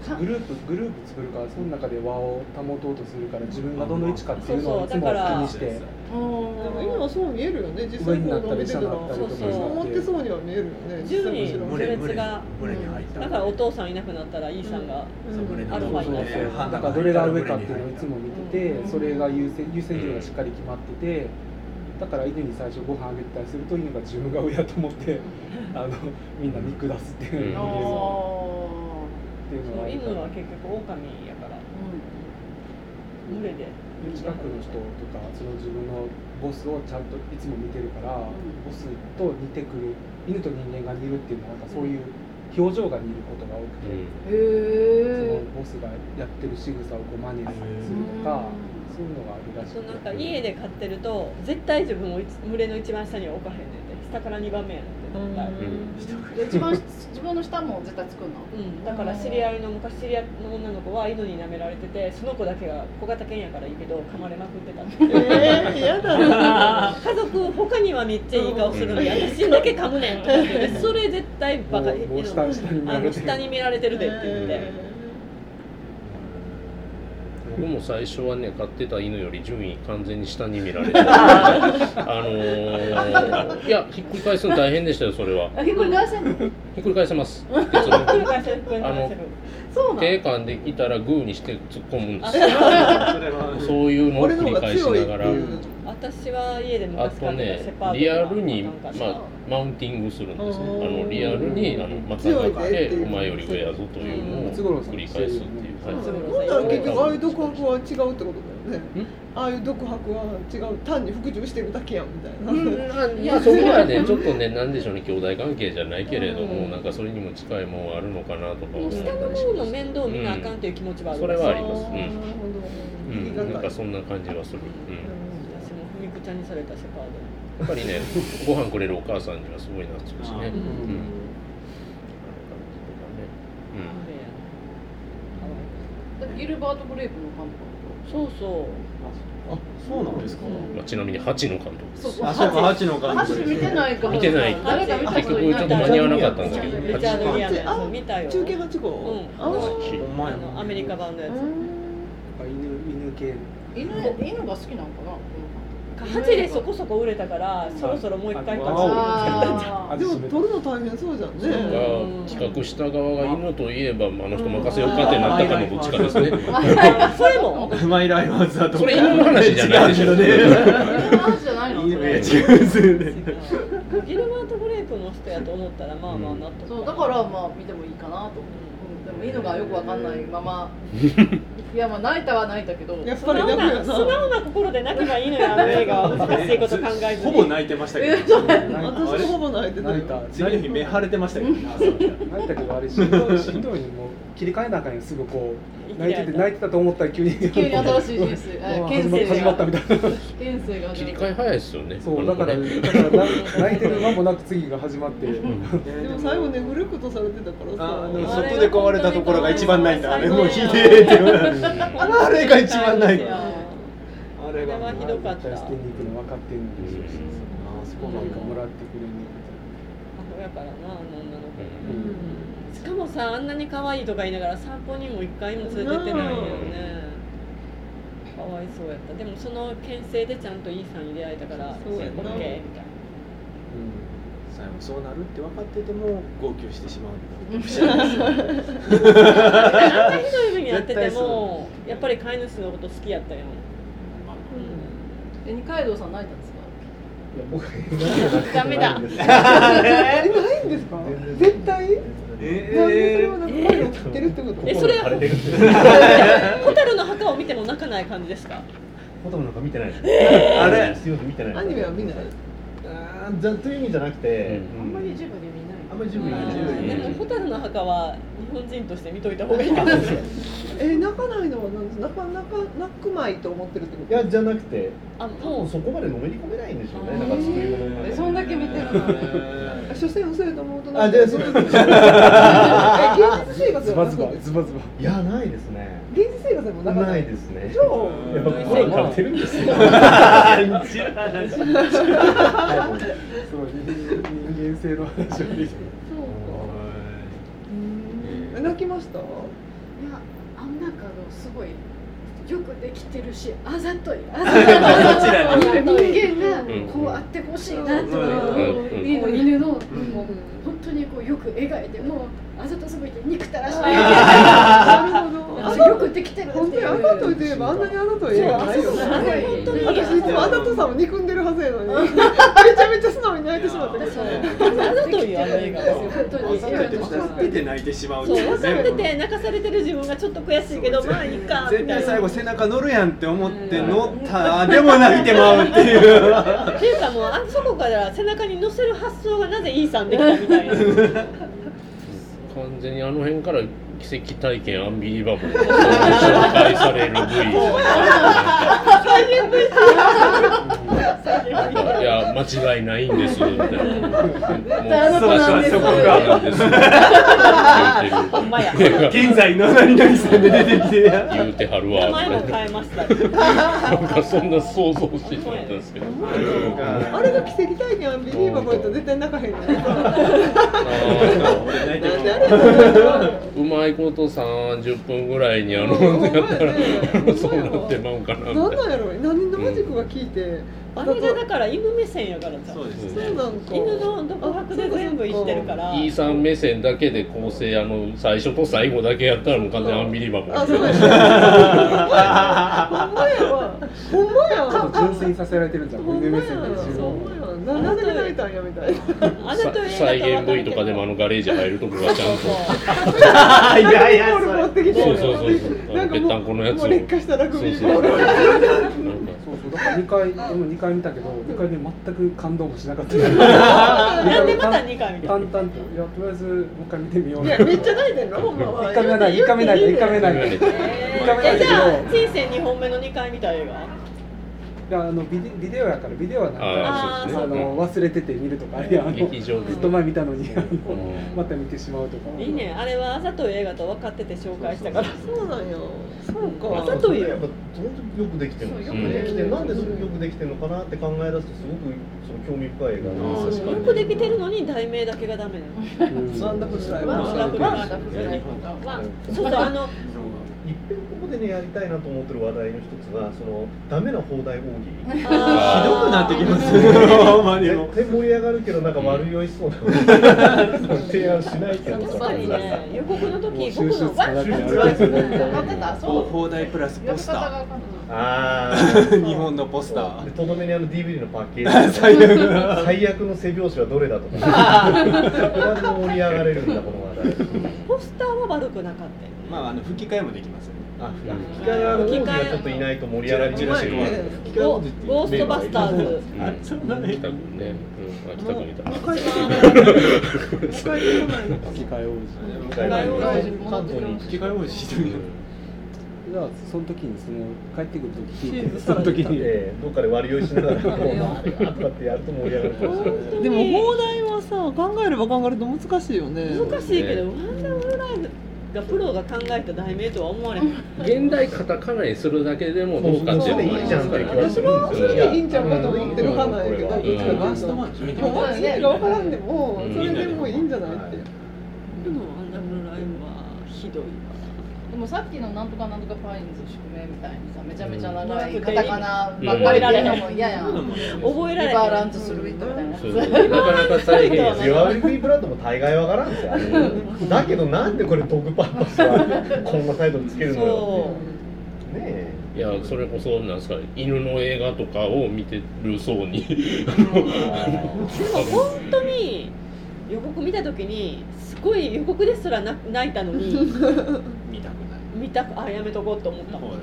[SPEAKER 8] か
[SPEAKER 4] グループグループ作るからその中で和を保とうとするから自分がどの位置かっていうのをいつも気にして
[SPEAKER 2] でも今はそう見えるよね実
[SPEAKER 4] 上
[SPEAKER 2] 際
[SPEAKER 4] にな
[SPEAKER 2] 行
[SPEAKER 4] った
[SPEAKER 2] 動見
[SPEAKER 4] り
[SPEAKER 2] て
[SPEAKER 4] 下
[SPEAKER 2] た
[SPEAKER 4] に
[SPEAKER 2] ら
[SPEAKER 4] なったりとか
[SPEAKER 3] そうそう
[SPEAKER 2] 思ってそうには見えるよね
[SPEAKER 3] 自由に
[SPEAKER 2] 実際後
[SPEAKER 3] 群
[SPEAKER 2] ろに
[SPEAKER 3] れ群れ
[SPEAKER 9] 群れに入った
[SPEAKER 3] だからお父さんいなくなったら E さんが、
[SPEAKER 9] そう群れの
[SPEAKER 3] アルフ
[SPEAKER 4] そう
[SPEAKER 3] ァ
[SPEAKER 4] そう
[SPEAKER 3] にな
[SPEAKER 4] そう
[SPEAKER 3] る
[SPEAKER 4] だからどれが上かっていうのをいつも見ててそれが優先優先順位がしっかり決まっててだから犬に最初ご飯あげたりすると犬が自分が上だと思ってあのみんな見下すってい
[SPEAKER 1] う
[SPEAKER 4] う
[SPEAKER 1] ん
[SPEAKER 4] の
[SPEAKER 8] あ
[SPEAKER 4] を
[SPEAKER 8] ー
[SPEAKER 4] 見るっていう
[SPEAKER 3] そ
[SPEAKER 4] のが
[SPEAKER 3] の
[SPEAKER 4] ある
[SPEAKER 3] 犬
[SPEAKER 4] から
[SPEAKER 3] は結局狼やから群れで
[SPEAKER 4] 近くの人とかその自分のボスをちゃんといつも見てるから、ボスと似てくる犬と人間が似るっていうのはなんかそういう表情が似ることが多くて、
[SPEAKER 8] うんへ
[SPEAKER 4] そのボスがやってる仕草をこう真似するとか、そういうのがあるらし
[SPEAKER 3] そうなん
[SPEAKER 4] く
[SPEAKER 3] か
[SPEAKER 4] て。
[SPEAKER 3] 家で飼ってると絶対自分をいつ群れの一番下には置かへんねんて下から2番目やねんて絶対
[SPEAKER 8] えで一番自分の下も絶対作るの
[SPEAKER 3] うん、だから知り合いの昔知り合いの女の子は犬に舐められててその子だけが小型犬やからいいけど噛まれまくってたって
[SPEAKER 2] えー、嫌だな
[SPEAKER 3] 家族他にはめっちゃいい顔するのに私だけ噛むねんとかって言ってそれ絶対バカ
[SPEAKER 4] もう下下に見ら
[SPEAKER 3] あ
[SPEAKER 4] れ
[SPEAKER 3] の
[SPEAKER 4] てる
[SPEAKER 3] 下に見られてるでって言って
[SPEAKER 2] え
[SPEAKER 1] 僕も最初はね飼ってた犬より順位完全に下に見られてあのーいやひっくり返すの大変でしたよそれは
[SPEAKER 8] あ、結構出せんの
[SPEAKER 1] ひっくり返せます別に
[SPEAKER 3] 繰り返せる繰り返せる
[SPEAKER 8] そうなの
[SPEAKER 1] 手噛んできたらグーにして突っ込むんです
[SPEAKER 3] あ
[SPEAKER 1] よ
[SPEAKER 6] は
[SPEAKER 1] そういう
[SPEAKER 2] ー
[SPEAKER 1] のを
[SPEAKER 2] 俺の
[SPEAKER 1] 繰り
[SPEAKER 2] 方が
[SPEAKER 1] 返し
[SPEAKER 2] 強い
[SPEAKER 1] な
[SPEAKER 2] って
[SPEAKER 1] がら
[SPEAKER 2] いう
[SPEAKER 3] 私は家で
[SPEAKER 1] あ
[SPEAKER 3] 昔
[SPEAKER 1] と
[SPEAKER 3] 飼ってたシ
[SPEAKER 1] ね
[SPEAKER 3] ェパード
[SPEAKER 1] リアルに、
[SPEAKER 3] な
[SPEAKER 1] ま
[SPEAKER 3] んか
[SPEAKER 1] あ
[SPEAKER 3] さ、
[SPEAKER 1] マウンティングするんですよ
[SPEAKER 2] あ
[SPEAKER 1] あ
[SPEAKER 2] ー
[SPEAKER 1] のリアルにあのまた
[SPEAKER 2] 強い
[SPEAKER 1] が
[SPEAKER 2] で
[SPEAKER 1] っ
[SPEAKER 2] っ
[SPEAKER 1] て
[SPEAKER 2] ていう
[SPEAKER 1] お前より上やぞというのを
[SPEAKER 4] ムツゴロウさん
[SPEAKER 1] 繰り返すっていう
[SPEAKER 4] そう
[SPEAKER 1] はい
[SPEAKER 2] ほんなら結局ああいう独白は違うってことだよね
[SPEAKER 1] ん
[SPEAKER 2] ああいう独白は違う単に服従してるだけやんみたいな、
[SPEAKER 1] うんまあ、そこはねちょっとねなんでしょうね兄弟関係じゃないけれども、
[SPEAKER 3] うん
[SPEAKER 1] なんかそれにも近いもんあるのかなとか
[SPEAKER 3] も
[SPEAKER 1] 思っ
[SPEAKER 3] う
[SPEAKER 1] たり
[SPEAKER 3] 下
[SPEAKER 1] しま
[SPEAKER 3] の方の面倒を見なあかんという気持ちはある
[SPEAKER 1] それはあります
[SPEAKER 2] あー
[SPEAKER 1] うん
[SPEAKER 2] なるほど
[SPEAKER 1] う
[SPEAKER 2] 言い
[SPEAKER 1] ん、
[SPEAKER 2] 難い
[SPEAKER 1] なんかそんな感じはする、うん、
[SPEAKER 3] 私もふみくちゃんにされたシェパ
[SPEAKER 1] や
[SPEAKER 3] ード
[SPEAKER 1] っぱりねご飯くれるお母さんにはすごい懐くしね、
[SPEAKER 6] あー
[SPEAKER 1] うんうん
[SPEAKER 3] うあれや
[SPEAKER 8] だってギルバート・グレープの監
[SPEAKER 3] そう
[SPEAKER 8] 督
[SPEAKER 3] そう
[SPEAKER 6] あそうなんですか
[SPEAKER 1] うんまあ、ちなみに八の監督です
[SPEAKER 8] そうそう
[SPEAKER 6] あそうか
[SPEAKER 8] ハ
[SPEAKER 6] ハチの監
[SPEAKER 8] チ
[SPEAKER 6] 督
[SPEAKER 8] 見てないから
[SPEAKER 1] 見てない
[SPEAKER 8] 誰か見た
[SPEAKER 1] 結
[SPEAKER 8] こと
[SPEAKER 1] 局ち
[SPEAKER 8] いな
[SPEAKER 1] ょ
[SPEAKER 8] い
[SPEAKER 1] っと間に合わなかったんだけど
[SPEAKER 3] リチャード・ギアのや
[SPEAKER 2] あ
[SPEAKER 3] つ見たよ
[SPEAKER 2] 中継八号、
[SPEAKER 3] うん
[SPEAKER 2] あ
[SPEAKER 1] 八
[SPEAKER 2] ー
[SPEAKER 6] お
[SPEAKER 3] あ
[SPEAKER 6] 前
[SPEAKER 3] のアメリカ版のや
[SPEAKER 4] なんか犬犬系
[SPEAKER 8] 犬犬が好きなのかなこ
[SPEAKER 3] つ8でそこそこ売れたからそろそろもう一回
[SPEAKER 8] の
[SPEAKER 6] あ
[SPEAKER 8] 監督
[SPEAKER 6] わ
[SPEAKER 8] あー
[SPEAKER 2] でも撮るの大変そうじゃんね
[SPEAKER 1] が企画した側が犬といえばあの人任せようかってなったかのどっちかですね
[SPEAKER 3] それも
[SPEAKER 6] マイライワーズだと
[SPEAKER 1] それ犬の話じゃないでしょ
[SPEAKER 6] 違うんだね
[SPEAKER 8] 犬の話じゃないの
[SPEAKER 6] いや違うんですよね
[SPEAKER 3] ギルバート・グレープの人やと思ったらまあまあ納得
[SPEAKER 8] そうだからまあ見てもいいかなと思う、うん、でも犬がよくわかんない ままいやまあ泣いたは泣いたけど
[SPEAKER 2] やっ
[SPEAKER 3] 素
[SPEAKER 2] ぱり
[SPEAKER 3] 直
[SPEAKER 2] 泣く
[SPEAKER 3] な
[SPEAKER 2] よな
[SPEAKER 3] 素直な心で泣けばいいのよあの映画は難しいこと考えずに
[SPEAKER 6] ほぼ泣いてましたけどあ
[SPEAKER 2] 私
[SPEAKER 6] れ
[SPEAKER 2] もほぼ泣いてたよ
[SPEAKER 4] 泣いた
[SPEAKER 6] 次の日目腫れてましたけどね朝
[SPEAKER 4] 泣いたけどあれしんどいしんどいにもう切り替えなあかんよすぐこう泣いてて泣いてたと思ったら急に
[SPEAKER 8] 急に新しい人 生
[SPEAKER 4] もう
[SPEAKER 8] 県
[SPEAKER 4] 始ま
[SPEAKER 8] 政
[SPEAKER 4] 始まったみ
[SPEAKER 8] が
[SPEAKER 4] たいな
[SPEAKER 8] 県政が
[SPEAKER 1] 切り替え早いですよね
[SPEAKER 4] そうだから
[SPEAKER 1] あのね
[SPEAKER 4] だからな泣いてる間もなく次が始まって
[SPEAKER 2] でも最後ねぐるくとされてたからさ
[SPEAKER 6] あーでも
[SPEAKER 3] そ
[SPEAKER 6] 外で壊れたところが一番ないんだあれもうひでえってあれが一番ないあれが
[SPEAKER 3] ひどかった
[SPEAKER 4] 絶対捨てに行くの分かってるのに
[SPEAKER 6] あそ
[SPEAKER 4] こ
[SPEAKER 6] こ
[SPEAKER 4] う
[SPEAKER 6] ま
[SPEAKER 4] な
[SPEAKER 6] で
[SPEAKER 4] ん
[SPEAKER 6] か
[SPEAKER 4] かもらってくれる
[SPEAKER 3] 母親からなあの女の子
[SPEAKER 1] うん
[SPEAKER 3] しかもさあんなに可愛いとか言いながら散歩にも一回も連れてってないんだよねかわいそうやったでもその牽制でちゃんとイーさんに出会えたから
[SPEAKER 2] そうやな
[SPEAKER 3] OK みたいな
[SPEAKER 6] 最後そうなるって分かってても号泣してしまう
[SPEAKER 3] あんなひどい目にやってて
[SPEAKER 6] 絶対そ
[SPEAKER 3] もやっぱり飼い主のこと好きやったよ
[SPEAKER 8] え二階堂さん泣いたんですか
[SPEAKER 3] ダメだ
[SPEAKER 2] えないんですか絶対なんでそ れはなんか声を切ってるってこと
[SPEAKER 3] えそれは
[SPEAKER 7] 垂れてるんで
[SPEAKER 3] 蛍の墓を見ても泣かない感じですか
[SPEAKER 7] ほとんどなんか見てない
[SPEAKER 6] あれ
[SPEAKER 7] 強く見てない
[SPEAKER 2] アニメは見ない
[SPEAKER 7] あーじゃという意味じゃなくて、
[SPEAKER 1] うん
[SPEAKER 5] あんまりジブで見ない
[SPEAKER 7] あんままり自分に自由
[SPEAKER 3] で
[SPEAKER 7] に
[SPEAKER 3] も蛍の墓は日本人として見といた方がいいかもしれない。
[SPEAKER 2] えー、泣かないのはなんですなかなか泣くまいと思ってるってこ
[SPEAKER 7] い
[SPEAKER 2] と
[SPEAKER 7] やじゃなくて
[SPEAKER 3] あ、
[SPEAKER 7] 多
[SPEAKER 3] も
[SPEAKER 7] 分そこまでのめり込めないんでしょうねなんか作り物の中で
[SPEAKER 8] そんだけ見てるの
[SPEAKER 2] あ所詮嘘やと思うと
[SPEAKER 7] あ
[SPEAKER 2] なん
[SPEAKER 7] じゃ
[SPEAKER 2] か
[SPEAKER 7] あそう
[SPEAKER 2] え現実
[SPEAKER 7] いうことで
[SPEAKER 2] 生活で
[SPEAKER 4] ズ
[SPEAKER 2] も
[SPEAKER 4] バ
[SPEAKER 2] な
[SPEAKER 4] ズ
[SPEAKER 2] く
[SPEAKER 4] バ
[SPEAKER 2] んです
[SPEAKER 4] ズバズバ
[SPEAKER 7] いやないですね
[SPEAKER 2] 現実生活でもなかった
[SPEAKER 7] ないですね
[SPEAKER 2] じゃあ
[SPEAKER 7] いや コロナてるんですよ
[SPEAKER 4] すごい人間性の話をで
[SPEAKER 2] そう
[SPEAKER 4] きて
[SPEAKER 2] かうんえ泣きました
[SPEAKER 5] いやあんなんかあのすごいよくできてるしあざといあざ とい人間がこうあってほしいなと思う犬の犬のもう本当にこうよく描いてもうあざとすぎて憎たらし
[SPEAKER 2] なるほどあ
[SPEAKER 5] い
[SPEAKER 2] ざ
[SPEAKER 5] よくできてる
[SPEAKER 2] 本
[SPEAKER 5] って
[SPEAKER 2] 当に
[SPEAKER 5] い
[SPEAKER 2] あ
[SPEAKER 5] う
[SPEAKER 2] ざといといえばあんなにあざとい映画ないよね
[SPEAKER 5] そうそうそう
[SPEAKER 2] 本当
[SPEAKER 5] 本当に
[SPEAKER 2] 私いつもあざとさを憎んでるはずやのにめちゃめちゃ素直に泣いてしまったけど
[SPEAKER 3] あざといよあの映画は
[SPEAKER 5] 本当に
[SPEAKER 6] 出て泣いてしまう
[SPEAKER 3] そう分かってて
[SPEAKER 6] ね
[SPEAKER 3] 泣かされてる自分がちょっと悔しいけどまあいいかみ
[SPEAKER 6] 絶
[SPEAKER 3] た
[SPEAKER 6] 対
[SPEAKER 3] い
[SPEAKER 6] 最
[SPEAKER 3] な。
[SPEAKER 6] 後背中乗るやんって思って乗ったでも泣いてまうっていう
[SPEAKER 3] っていうかもうあそこから背中に乗せる発想がなぜイーさんできたみたいな。
[SPEAKER 1] 完全にあの辺から奇跡体験アンビリバボーが紹介される V いや間違いないんですみたいな絶
[SPEAKER 5] 対あの子なんです
[SPEAKER 6] そ
[SPEAKER 1] そうこ
[SPEAKER 6] か
[SPEAKER 1] なんです
[SPEAKER 3] ほんまや。
[SPEAKER 1] 言うてる
[SPEAKER 6] 現在の何々さんで出てきて
[SPEAKER 1] 言うてはる
[SPEAKER 3] 名
[SPEAKER 1] わ
[SPEAKER 3] 前も変えました。
[SPEAKER 1] なんかそんな想像してしまったんですけど
[SPEAKER 2] あれが奇跡体験はビリーバーこれと絶対泣かへんね
[SPEAKER 6] 泣いて
[SPEAKER 2] なんであ
[SPEAKER 6] ま
[SPEAKER 2] れなん
[SPEAKER 6] う
[SPEAKER 2] だろう
[SPEAKER 1] うまいこと30分ぐらいにあの
[SPEAKER 2] うん
[SPEAKER 1] やったら
[SPEAKER 2] ほんまやね
[SPEAKER 1] そうなってまうかなみ
[SPEAKER 2] なん
[SPEAKER 1] たい
[SPEAKER 2] なん
[SPEAKER 1] な
[SPEAKER 2] やろ何のマジックが効いて
[SPEAKER 3] あ
[SPEAKER 2] あ
[SPEAKER 3] れ
[SPEAKER 2] れ
[SPEAKER 3] が
[SPEAKER 2] が
[SPEAKER 3] だから犬目線やからさ。
[SPEAKER 6] そうです
[SPEAKER 1] すね
[SPEAKER 2] そうなんか
[SPEAKER 3] 犬の独白で全部いってるから。
[SPEAKER 1] E さん目線だけで構成あの最初と最後だけやったらもう完全アンビリバボー
[SPEAKER 2] あそうなんやほんまやわほんまや
[SPEAKER 4] ちょっ
[SPEAKER 2] わ
[SPEAKER 4] と純粋にさせられてるんじゃん
[SPEAKER 2] ほん
[SPEAKER 4] 犬
[SPEAKER 2] ま
[SPEAKER 4] 目
[SPEAKER 2] や
[SPEAKER 4] 線で自
[SPEAKER 2] そう
[SPEAKER 4] 分
[SPEAKER 2] ほんまやななんで泣いたんやみたいな
[SPEAKER 3] あざ
[SPEAKER 1] さ
[SPEAKER 3] とい映画とは
[SPEAKER 1] 再現
[SPEAKER 3] 分かる
[SPEAKER 1] V
[SPEAKER 3] けど
[SPEAKER 1] とかでもあのガレージ入るとこがちゃんと
[SPEAKER 6] あいやいや
[SPEAKER 2] ラグビーボール持ってきて
[SPEAKER 1] そうそうそうそう
[SPEAKER 2] なんかも
[SPEAKER 1] ぺったんこのやつを
[SPEAKER 2] もう劣化したラグビーボ
[SPEAKER 1] そう
[SPEAKER 2] ール
[SPEAKER 1] なんか
[SPEAKER 4] そうそうだから2回でも2回見たけど2回目全く感動もしなかった
[SPEAKER 3] な
[SPEAKER 4] なん
[SPEAKER 3] でまた二回見た
[SPEAKER 4] 淡々といやとりあえずもう一回見てみよ
[SPEAKER 2] い
[SPEAKER 4] うな
[SPEAKER 2] や
[SPEAKER 4] 1
[SPEAKER 2] めっちゃ泣いてんのほんまは
[SPEAKER 4] 回目はない1回目ない1回目ない
[SPEAKER 1] 言
[SPEAKER 4] い
[SPEAKER 1] われて
[SPEAKER 3] えじゃあ人生二本目の二回見た映画。
[SPEAKER 4] やあのビデビデオやからビデオはなんか
[SPEAKER 1] あ
[SPEAKER 4] あ
[SPEAKER 1] ーそうですね
[SPEAKER 4] の忘れてて見るとかあれやあの
[SPEAKER 1] 劇場で
[SPEAKER 4] ずっと前見たのにあの
[SPEAKER 1] うん
[SPEAKER 4] また見てしまうとか
[SPEAKER 3] いいねあれはあざとい映画と分かってて紹介したから。
[SPEAKER 2] そうなんやそう
[SPEAKER 3] あ
[SPEAKER 2] か
[SPEAKER 3] ざとい
[SPEAKER 7] や
[SPEAKER 3] よ
[SPEAKER 7] っぱ。本当によくできてるんですよ
[SPEAKER 1] そうよ
[SPEAKER 7] ね
[SPEAKER 1] くでき
[SPEAKER 7] でき
[SPEAKER 1] て
[SPEAKER 7] て
[SPEAKER 1] る
[SPEAKER 7] るなんでそれよくできてるのかなって考え出すとすごくその興味深い映画なんですよ
[SPEAKER 3] よくできてるのに題名だけがダメなの。
[SPEAKER 4] うん
[SPEAKER 2] なんだこれ
[SPEAKER 3] ワンダフルライフワンそうそうあの。
[SPEAKER 7] 一遍ここでねやりたいなと思ってる話題の一つはそのダメな放題大喜利
[SPEAKER 6] ひどくなってきますすよほんまにも
[SPEAKER 7] 絶対盛り上がるけどなんか悪酔いしそうな提案しないけど
[SPEAKER 3] 確
[SPEAKER 7] さ
[SPEAKER 3] かにね予告の
[SPEAKER 4] もう
[SPEAKER 3] 時僕
[SPEAKER 4] 収集
[SPEAKER 3] の
[SPEAKER 4] つか
[SPEAKER 3] ワ
[SPEAKER 4] な
[SPEAKER 3] ン
[SPEAKER 4] くなる
[SPEAKER 8] やってたそう
[SPEAKER 6] 放題プラスポスタ
[SPEAKER 7] あ
[SPEAKER 6] ー日本のポスタ
[SPEAKER 7] あ
[SPEAKER 6] ー
[SPEAKER 7] とどめにあの DVD のパッケージ
[SPEAKER 6] 最悪な
[SPEAKER 7] 最悪の背拍子はどれだとかこれで盛り上がれるんだこの話題
[SPEAKER 3] ポスターは悪くなかったよね。
[SPEAKER 6] まああの吹き替えもできますよね
[SPEAKER 7] あ吹き替えは王子がちょっといないと盛り上がりづらい
[SPEAKER 6] うん
[SPEAKER 7] 吹き替え
[SPEAKER 3] ゴ
[SPEAKER 7] 王
[SPEAKER 3] ー
[SPEAKER 7] 子っていう
[SPEAKER 3] ゴーストバスターズ。
[SPEAKER 1] うん北区ね、うん、あ北区にいた
[SPEAKER 2] もう帰ってこないもう帰ってこないのか
[SPEAKER 4] 吹き替え王子
[SPEAKER 7] 吹き替え王子関東に
[SPEAKER 6] 吹き替え王子ひどいよ
[SPEAKER 4] じゃあその時にその帰ってくる時
[SPEAKER 2] シ
[SPEAKER 4] 聞
[SPEAKER 2] ー
[SPEAKER 4] い
[SPEAKER 2] ズン
[SPEAKER 4] て
[SPEAKER 2] さ
[SPEAKER 4] そ
[SPEAKER 2] ら
[SPEAKER 4] の
[SPEAKER 2] に行
[SPEAKER 4] 時
[SPEAKER 2] った
[SPEAKER 4] に
[SPEAKER 7] ええどっかで割り用意しながらこうあとかってやると盛り上がるかもしれな い
[SPEAKER 2] でも放題はさ考えれば考えると難しいよね
[SPEAKER 3] 難しいけど、ワンダフルライフがプロが考えた題名とは思われへん。
[SPEAKER 1] 現代カタカナにするだけでもどうかっていうのがありますからね
[SPEAKER 2] 私はそれでいいんちゃうかと思ってる派なんやけ
[SPEAKER 1] う
[SPEAKER 2] ど
[SPEAKER 1] ん
[SPEAKER 2] どっちか
[SPEAKER 1] ワ
[SPEAKER 2] というと
[SPEAKER 6] ン決め
[SPEAKER 2] もうマジで分からんでも
[SPEAKER 1] うん
[SPEAKER 2] それでもういいんじゃないって
[SPEAKER 3] でもワンダフルライフはひどいわ。
[SPEAKER 8] でもさっきのなんとかなんとかファインズ宿命みたいにさめちゃめちゃ長いカタカナばっかり出るのも嫌やん、リ
[SPEAKER 3] 覚えられ
[SPEAKER 8] バー
[SPEAKER 3] な
[SPEAKER 8] ラ
[SPEAKER 3] い
[SPEAKER 8] ン。ズするみたいなやつ、
[SPEAKER 1] そうそうなかなか再現
[SPEAKER 3] そう
[SPEAKER 1] や
[SPEAKER 3] だ
[SPEAKER 1] す
[SPEAKER 3] ね
[SPEAKER 1] い
[SPEAKER 7] 弱アリーブランドも大概わからんですよ、だけどなんでこれドッグパーパスはこんなサイドにつけるのよ
[SPEAKER 3] そ
[SPEAKER 7] ねえ
[SPEAKER 1] いやそれこそなんですか犬の映画とかを見てるそうに
[SPEAKER 3] う。でも本当に予告見たときにすごい予告ですらな泣いたのに
[SPEAKER 6] 見たくない
[SPEAKER 3] 見たくあやめとこうと思ったもん。
[SPEAKER 6] 放題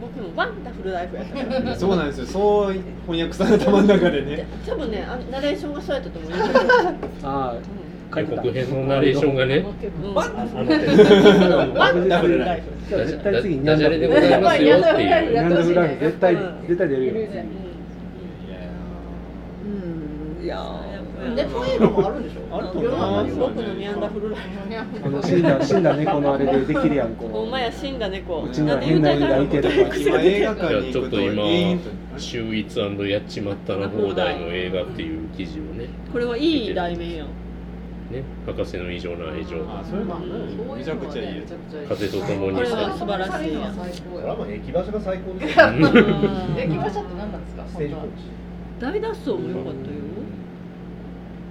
[SPEAKER 3] 僕もワンダフルライフやったから。
[SPEAKER 6] そうなんですよそう翻訳された頭の中でね
[SPEAKER 3] 多分ね、あのナレーションがそうやったと思う。
[SPEAKER 4] ああ
[SPEAKER 3] う
[SPEAKER 4] 書いてた
[SPEAKER 1] 告編のナレーションがね
[SPEAKER 4] じゃあ絶対次に
[SPEAKER 1] ダジャレでございますよって いう
[SPEAKER 4] ニャンダフラグ絶対
[SPEAKER 8] うん
[SPEAKER 4] 絶対出るよ
[SPEAKER 2] うんいやー
[SPEAKER 8] でこういうのもあるんでしょ
[SPEAKER 7] あると
[SPEAKER 8] 世の中
[SPEAKER 7] 思
[SPEAKER 8] に
[SPEAKER 7] う
[SPEAKER 8] は
[SPEAKER 3] 僕のミャンダフルライフ
[SPEAKER 4] あの死んだ死んだ猫のあれでできるやん
[SPEAKER 3] ほん
[SPEAKER 4] こ
[SPEAKER 3] まや死んだ猫
[SPEAKER 4] うちの変な犬がいてとか
[SPEAKER 6] 今映画館に行くと
[SPEAKER 1] いやちょっと今
[SPEAKER 6] 永遠と
[SPEAKER 1] 秀逸やっちまったな放題の映画っていう記事をね
[SPEAKER 3] これはいい題名やん
[SPEAKER 1] ね博士の異常な愛情
[SPEAKER 6] あそういうのある
[SPEAKER 8] そういうのはね
[SPEAKER 6] めちゃくちゃいいやつ
[SPEAKER 1] 風と共に
[SPEAKER 3] これは
[SPEAKER 1] さ
[SPEAKER 3] 素晴らしいや
[SPEAKER 7] それはもう駅場所が最高ですよ
[SPEAKER 8] 駅馬車って何なんですか
[SPEAKER 7] ス
[SPEAKER 8] 本
[SPEAKER 7] テージコ
[SPEAKER 8] 当は
[SPEAKER 7] ー
[SPEAKER 3] 大
[SPEAKER 7] チ
[SPEAKER 3] 脱走も良かったよ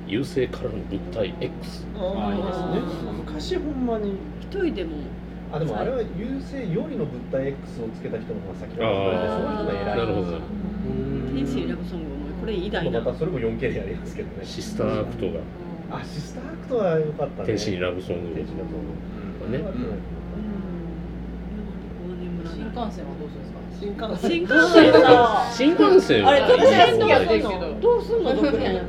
[SPEAKER 1] 優勢からの物体 X
[SPEAKER 6] あいいですね昔ほんまに
[SPEAKER 3] 一人でも
[SPEAKER 7] あでもあれは優勢よりの物体 X をつけた人の方が先の
[SPEAKER 1] あ
[SPEAKER 7] その人が偉
[SPEAKER 1] ないるほど
[SPEAKER 3] 天使にラブソングもこれ偉大
[SPEAKER 7] ま
[SPEAKER 3] な
[SPEAKER 7] あまたそれも 4K でやりますけどね
[SPEAKER 1] シスターアクトが
[SPEAKER 7] あシスターアクトは良かったね
[SPEAKER 1] 天使にラブソング
[SPEAKER 7] 天
[SPEAKER 1] を
[SPEAKER 7] 使にラブソング
[SPEAKER 1] ね
[SPEAKER 8] 新幹線はどうするんですか
[SPEAKER 2] 新幹線
[SPEAKER 3] 新幹線さ
[SPEAKER 1] 新幹線
[SPEAKER 3] あれ
[SPEAKER 1] は
[SPEAKER 3] 続
[SPEAKER 1] ど
[SPEAKER 3] 編ど
[SPEAKER 1] う
[SPEAKER 3] う
[SPEAKER 1] やっ
[SPEAKER 3] す
[SPEAKER 1] て
[SPEAKER 3] んのどうすんの続編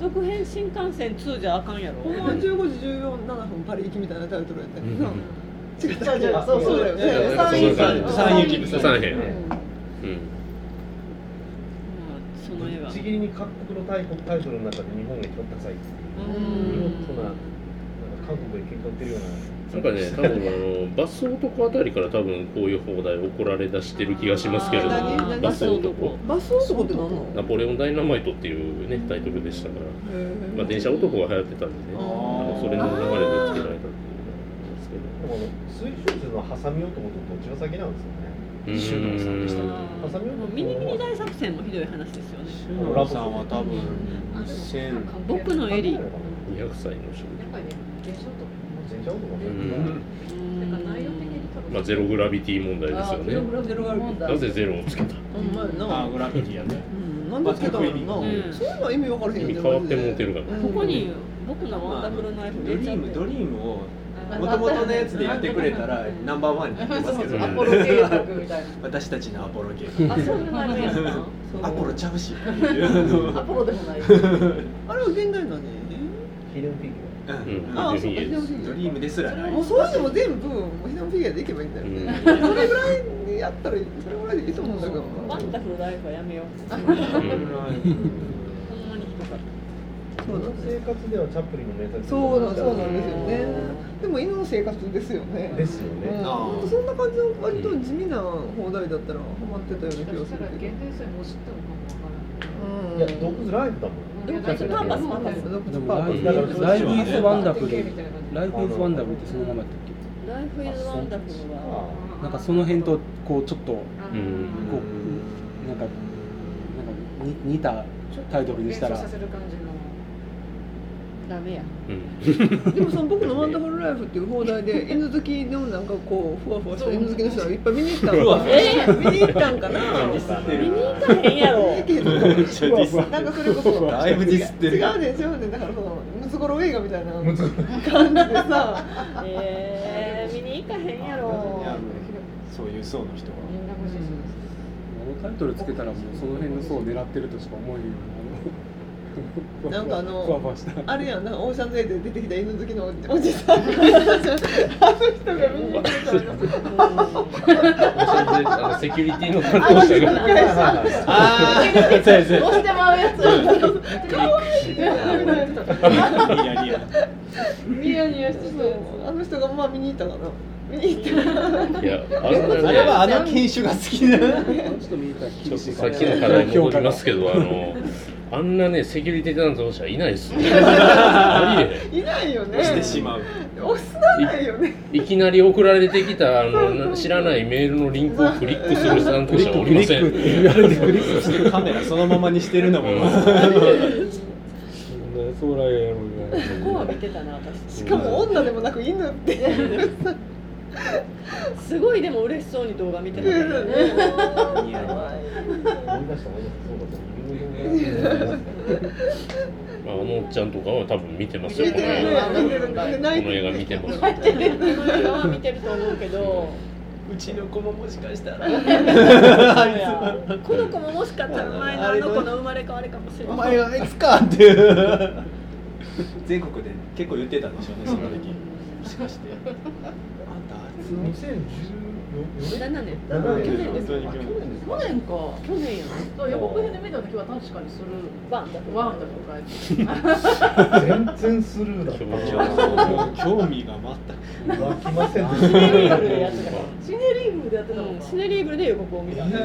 [SPEAKER 3] 続編新幹線2じゃあかんやろ
[SPEAKER 2] ほんまは15時14、7分パリ行きみたいなタイトルやったけどな
[SPEAKER 1] うん
[SPEAKER 2] 違ったっけ
[SPEAKER 8] じゃあそうそうだよね
[SPEAKER 2] そうだ
[SPEAKER 1] そうだよね
[SPEAKER 2] 三遊記
[SPEAKER 1] 三
[SPEAKER 7] 三
[SPEAKER 1] 編
[SPEAKER 3] まあその絵は
[SPEAKER 7] ちぎりに各国のタイタイトルの中で日本が一番高いっていう見事ななんか韓国で結婚売ってるような
[SPEAKER 1] なんかね、多分あのバス男あたりから多分こういう放題怒られ出してる気がしますけれど
[SPEAKER 2] あー
[SPEAKER 1] も、
[SPEAKER 2] 何
[SPEAKER 1] バス男
[SPEAKER 3] 男、
[SPEAKER 2] バス男って何なの
[SPEAKER 1] ナポレオンダイナマイトっていうねタイトルでしたから、
[SPEAKER 2] へ
[SPEAKER 1] まあ
[SPEAKER 2] ー
[SPEAKER 1] 電車男が流行ってたんでね、あのそれの流れで付けられたっていうのがありますけど。
[SPEAKER 7] でもあの水晶図の挟みようと思ったと千代先なんですよね
[SPEAKER 1] うーん
[SPEAKER 6] シュウさんでしたね
[SPEAKER 7] 挟みようと思った
[SPEAKER 3] ミニミニ大作戦もひどい話ですよね
[SPEAKER 6] シュノさんは多分1000
[SPEAKER 3] 僕のエリー
[SPEAKER 1] 200歳の少
[SPEAKER 7] 全然男も
[SPEAKER 1] うん
[SPEAKER 3] 内
[SPEAKER 1] 女、
[SPEAKER 3] 容的
[SPEAKER 1] まあゼログラビティ問題ですよ
[SPEAKER 8] ゼロ
[SPEAKER 1] ね。
[SPEAKER 8] グラゼログラ問題
[SPEAKER 1] なぜゼロをつけた？
[SPEAKER 2] ほんまや
[SPEAKER 6] あ
[SPEAKER 2] な
[SPEAKER 6] グラフィティやね
[SPEAKER 2] うんなんでつけたのやろ
[SPEAKER 3] う
[SPEAKER 2] なんそういうのは意味わからへ
[SPEAKER 1] 意
[SPEAKER 2] んよ
[SPEAKER 1] 味
[SPEAKER 2] ね
[SPEAKER 1] 変わってもうてるから。
[SPEAKER 3] ここに僕のワンダフルナイフ
[SPEAKER 6] ドリームドリームをもともとのやつでやってくれたらナンバーワンになってますけど
[SPEAKER 8] アポロ計画みたい
[SPEAKER 6] 私たちのアポロ系
[SPEAKER 8] なあそういうのあるやん
[SPEAKER 6] アポロちゃうしっていう
[SPEAKER 8] アポロでもない
[SPEAKER 2] あれは現代なのに
[SPEAKER 7] ヒレンピー
[SPEAKER 1] うん
[SPEAKER 2] ああそう
[SPEAKER 1] い
[SPEAKER 2] か
[SPEAKER 1] いです
[SPEAKER 2] ヒデオフィギ
[SPEAKER 6] ドリームですらない
[SPEAKER 2] ュアもうそういうのも全部もうヒデオフィギュアでいけばいいんだよ
[SPEAKER 1] うん
[SPEAKER 2] ねそれぐらいにやったらそれぐらいでいいと思うんだけど
[SPEAKER 3] ワンダフルナイフはやめよう
[SPEAKER 1] うん
[SPEAKER 3] ほんまにひどかっ
[SPEAKER 7] この生活ではチャップリンの名作
[SPEAKER 2] そうなんそうなんですよねでも犬の生活ですよね
[SPEAKER 7] ですよね
[SPEAKER 2] うん、
[SPEAKER 6] あー
[SPEAKER 2] ほんとそんな感じの割と地味な放題だったらハマってたような気がするけどうん
[SPEAKER 7] いやドッグズライブだもん
[SPEAKER 3] でもドッグズパーパスもあったもん
[SPEAKER 2] ドッグ
[SPEAKER 4] で
[SPEAKER 2] ズ
[SPEAKER 4] も
[SPEAKER 2] パー
[SPEAKER 4] ラ
[SPEAKER 2] パ
[SPEAKER 4] イ
[SPEAKER 2] ス
[SPEAKER 4] フ
[SPEAKER 2] だから
[SPEAKER 4] ライフイズワンダフル
[SPEAKER 9] な
[SPEAKER 4] ライフイズワンダフルってそのままやったっけ
[SPEAKER 3] たライフイズワンダフルは
[SPEAKER 7] あ
[SPEAKER 4] なんかその辺とこうちょっと
[SPEAKER 1] うん
[SPEAKER 4] こうなんかなんかに似たタイトルにしたら
[SPEAKER 9] させる感じの
[SPEAKER 3] ダメや
[SPEAKER 1] うん
[SPEAKER 2] でもその僕の「ワンダフルライフ」っていう放題で犬好きのなんかこうふわふわした犬好きの人がいっぱい見に行ったのかな
[SPEAKER 3] え
[SPEAKER 2] 見に行ったんかな
[SPEAKER 3] 見に行かへんやろ
[SPEAKER 2] けどなんかそれこそ
[SPEAKER 6] だいぶディスってる
[SPEAKER 2] 違うね違うねだからそのムツゴロウ映画みたいな感じでさ
[SPEAKER 3] えー、見に行かへんやろ
[SPEAKER 6] そういう層の人が
[SPEAKER 9] みんな欲しい
[SPEAKER 4] あのタイトルつけたらもうその辺の層を狙ってるとしか思えない
[SPEAKER 2] なんかあの
[SPEAKER 4] ふわふわした
[SPEAKER 2] あれやんなオーシャンズエイで出てきた犬好きのおじさんあの人が見に行ってたの
[SPEAKER 1] あのセキュリティの担当者が。
[SPEAKER 6] ああそうやそうや
[SPEAKER 8] どうしてまうやつ
[SPEAKER 6] リアリア
[SPEAKER 9] ニヤニヤしてそう
[SPEAKER 2] あの人がまあ見に行ったかな見に行った
[SPEAKER 1] いや、あんな
[SPEAKER 6] あれは
[SPEAKER 1] ね、
[SPEAKER 6] あの犬種が好きな
[SPEAKER 4] ちょっと見たら
[SPEAKER 1] ちょっ
[SPEAKER 4] 厳し
[SPEAKER 1] と
[SPEAKER 4] い
[SPEAKER 1] さ
[SPEAKER 4] か
[SPEAKER 1] っき
[SPEAKER 4] ら
[SPEAKER 1] の課題戻りますけど、あの、あんなね、セキュリティ担当者いないですよ。ありえ
[SPEAKER 2] いないよね
[SPEAKER 6] してしまう
[SPEAKER 2] 押さないよね
[SPEAKER 1] へんいきなり送られてきた、あの、な知らないメールのリンクをクリックする担当者おりません。
[SPEAKER 4] 言われてくれ
[SPEAKER 6] そしてカメラそのままにしてるのも
[SPEAKER 4] 将来やろ
[SPEAKER 3] ここは見てたな私
[SPEAKER 2] しかも女でもなく犬って
[SPEAKER 3] すごいでも嬉しそうに動画見てたからね
[SPEAKER 6] ニヤニヤ
[SPEAKER 7] 思い出した思い出した そうだそうだ
[SPEAKER 1] まあ、あのおっちゃんとかは多分見てますよ、
[SPEAKER 2] 見
[SPEAKER 1] こ
[SPEAKER 2] て
[SPEAKER 1] の
[SPEAKER 2] るね
[SPEAKER 1] 映
[SPEAKER 2] 見てるね
[SPEAKER 1] 画。
[SPEAKER 2] 泣い
[SPEAKER 1] この
[SPEAKER 2] て
[SPEAKER 1] 映
[SPEAKER 2] る
[SPEAKER 1] 画見てます。
[SPEAKER 3] この映画は見てると思うけど
[SPEAKER 6] うちの子ももしかしたら
[SPEAKER 3] この子ももしかしたら前のあの子の生まれ変わりかもしれ
[SPEAKER 6] お
[SPEAKER 3] ない
[SPEAKER 6] 前があいつかっていう全国で結構言ってたんでしょうねその時もしかして
[SPEAKER 3] 7年
[SPEAKER 7] 2014年去
[SPEAKER 3] 年です
[SPEAKER 7] 去年です
[SPEAKER 8] 去年か
[SPEAKER 3] 去年やな
[SPEAKER 8] そう予告編で見た時は確かにする
[SPEAKER 3] バンだ
[SPEAKER 8] ワンだとか言っ
[SPEAKER 7] 全
[SPEAKER 8] て
[SPEAKER 7] 然スルーだっ
[SPEAKER 6] あ興味が
[SPEAKER 7] たわきませんで
[SPEAKER 8] シネリ
[SPEAKER 7] し
[SPEAKER 8] ー
[SPEAKER 7] た
[SPEAKER 8] ブルでやってたからシネリーブルでや
[SPEAKER 3] うんシネリーブルで予
[SPEAKER 8] ってたのか
[SPEAKER 3] 告を見たんで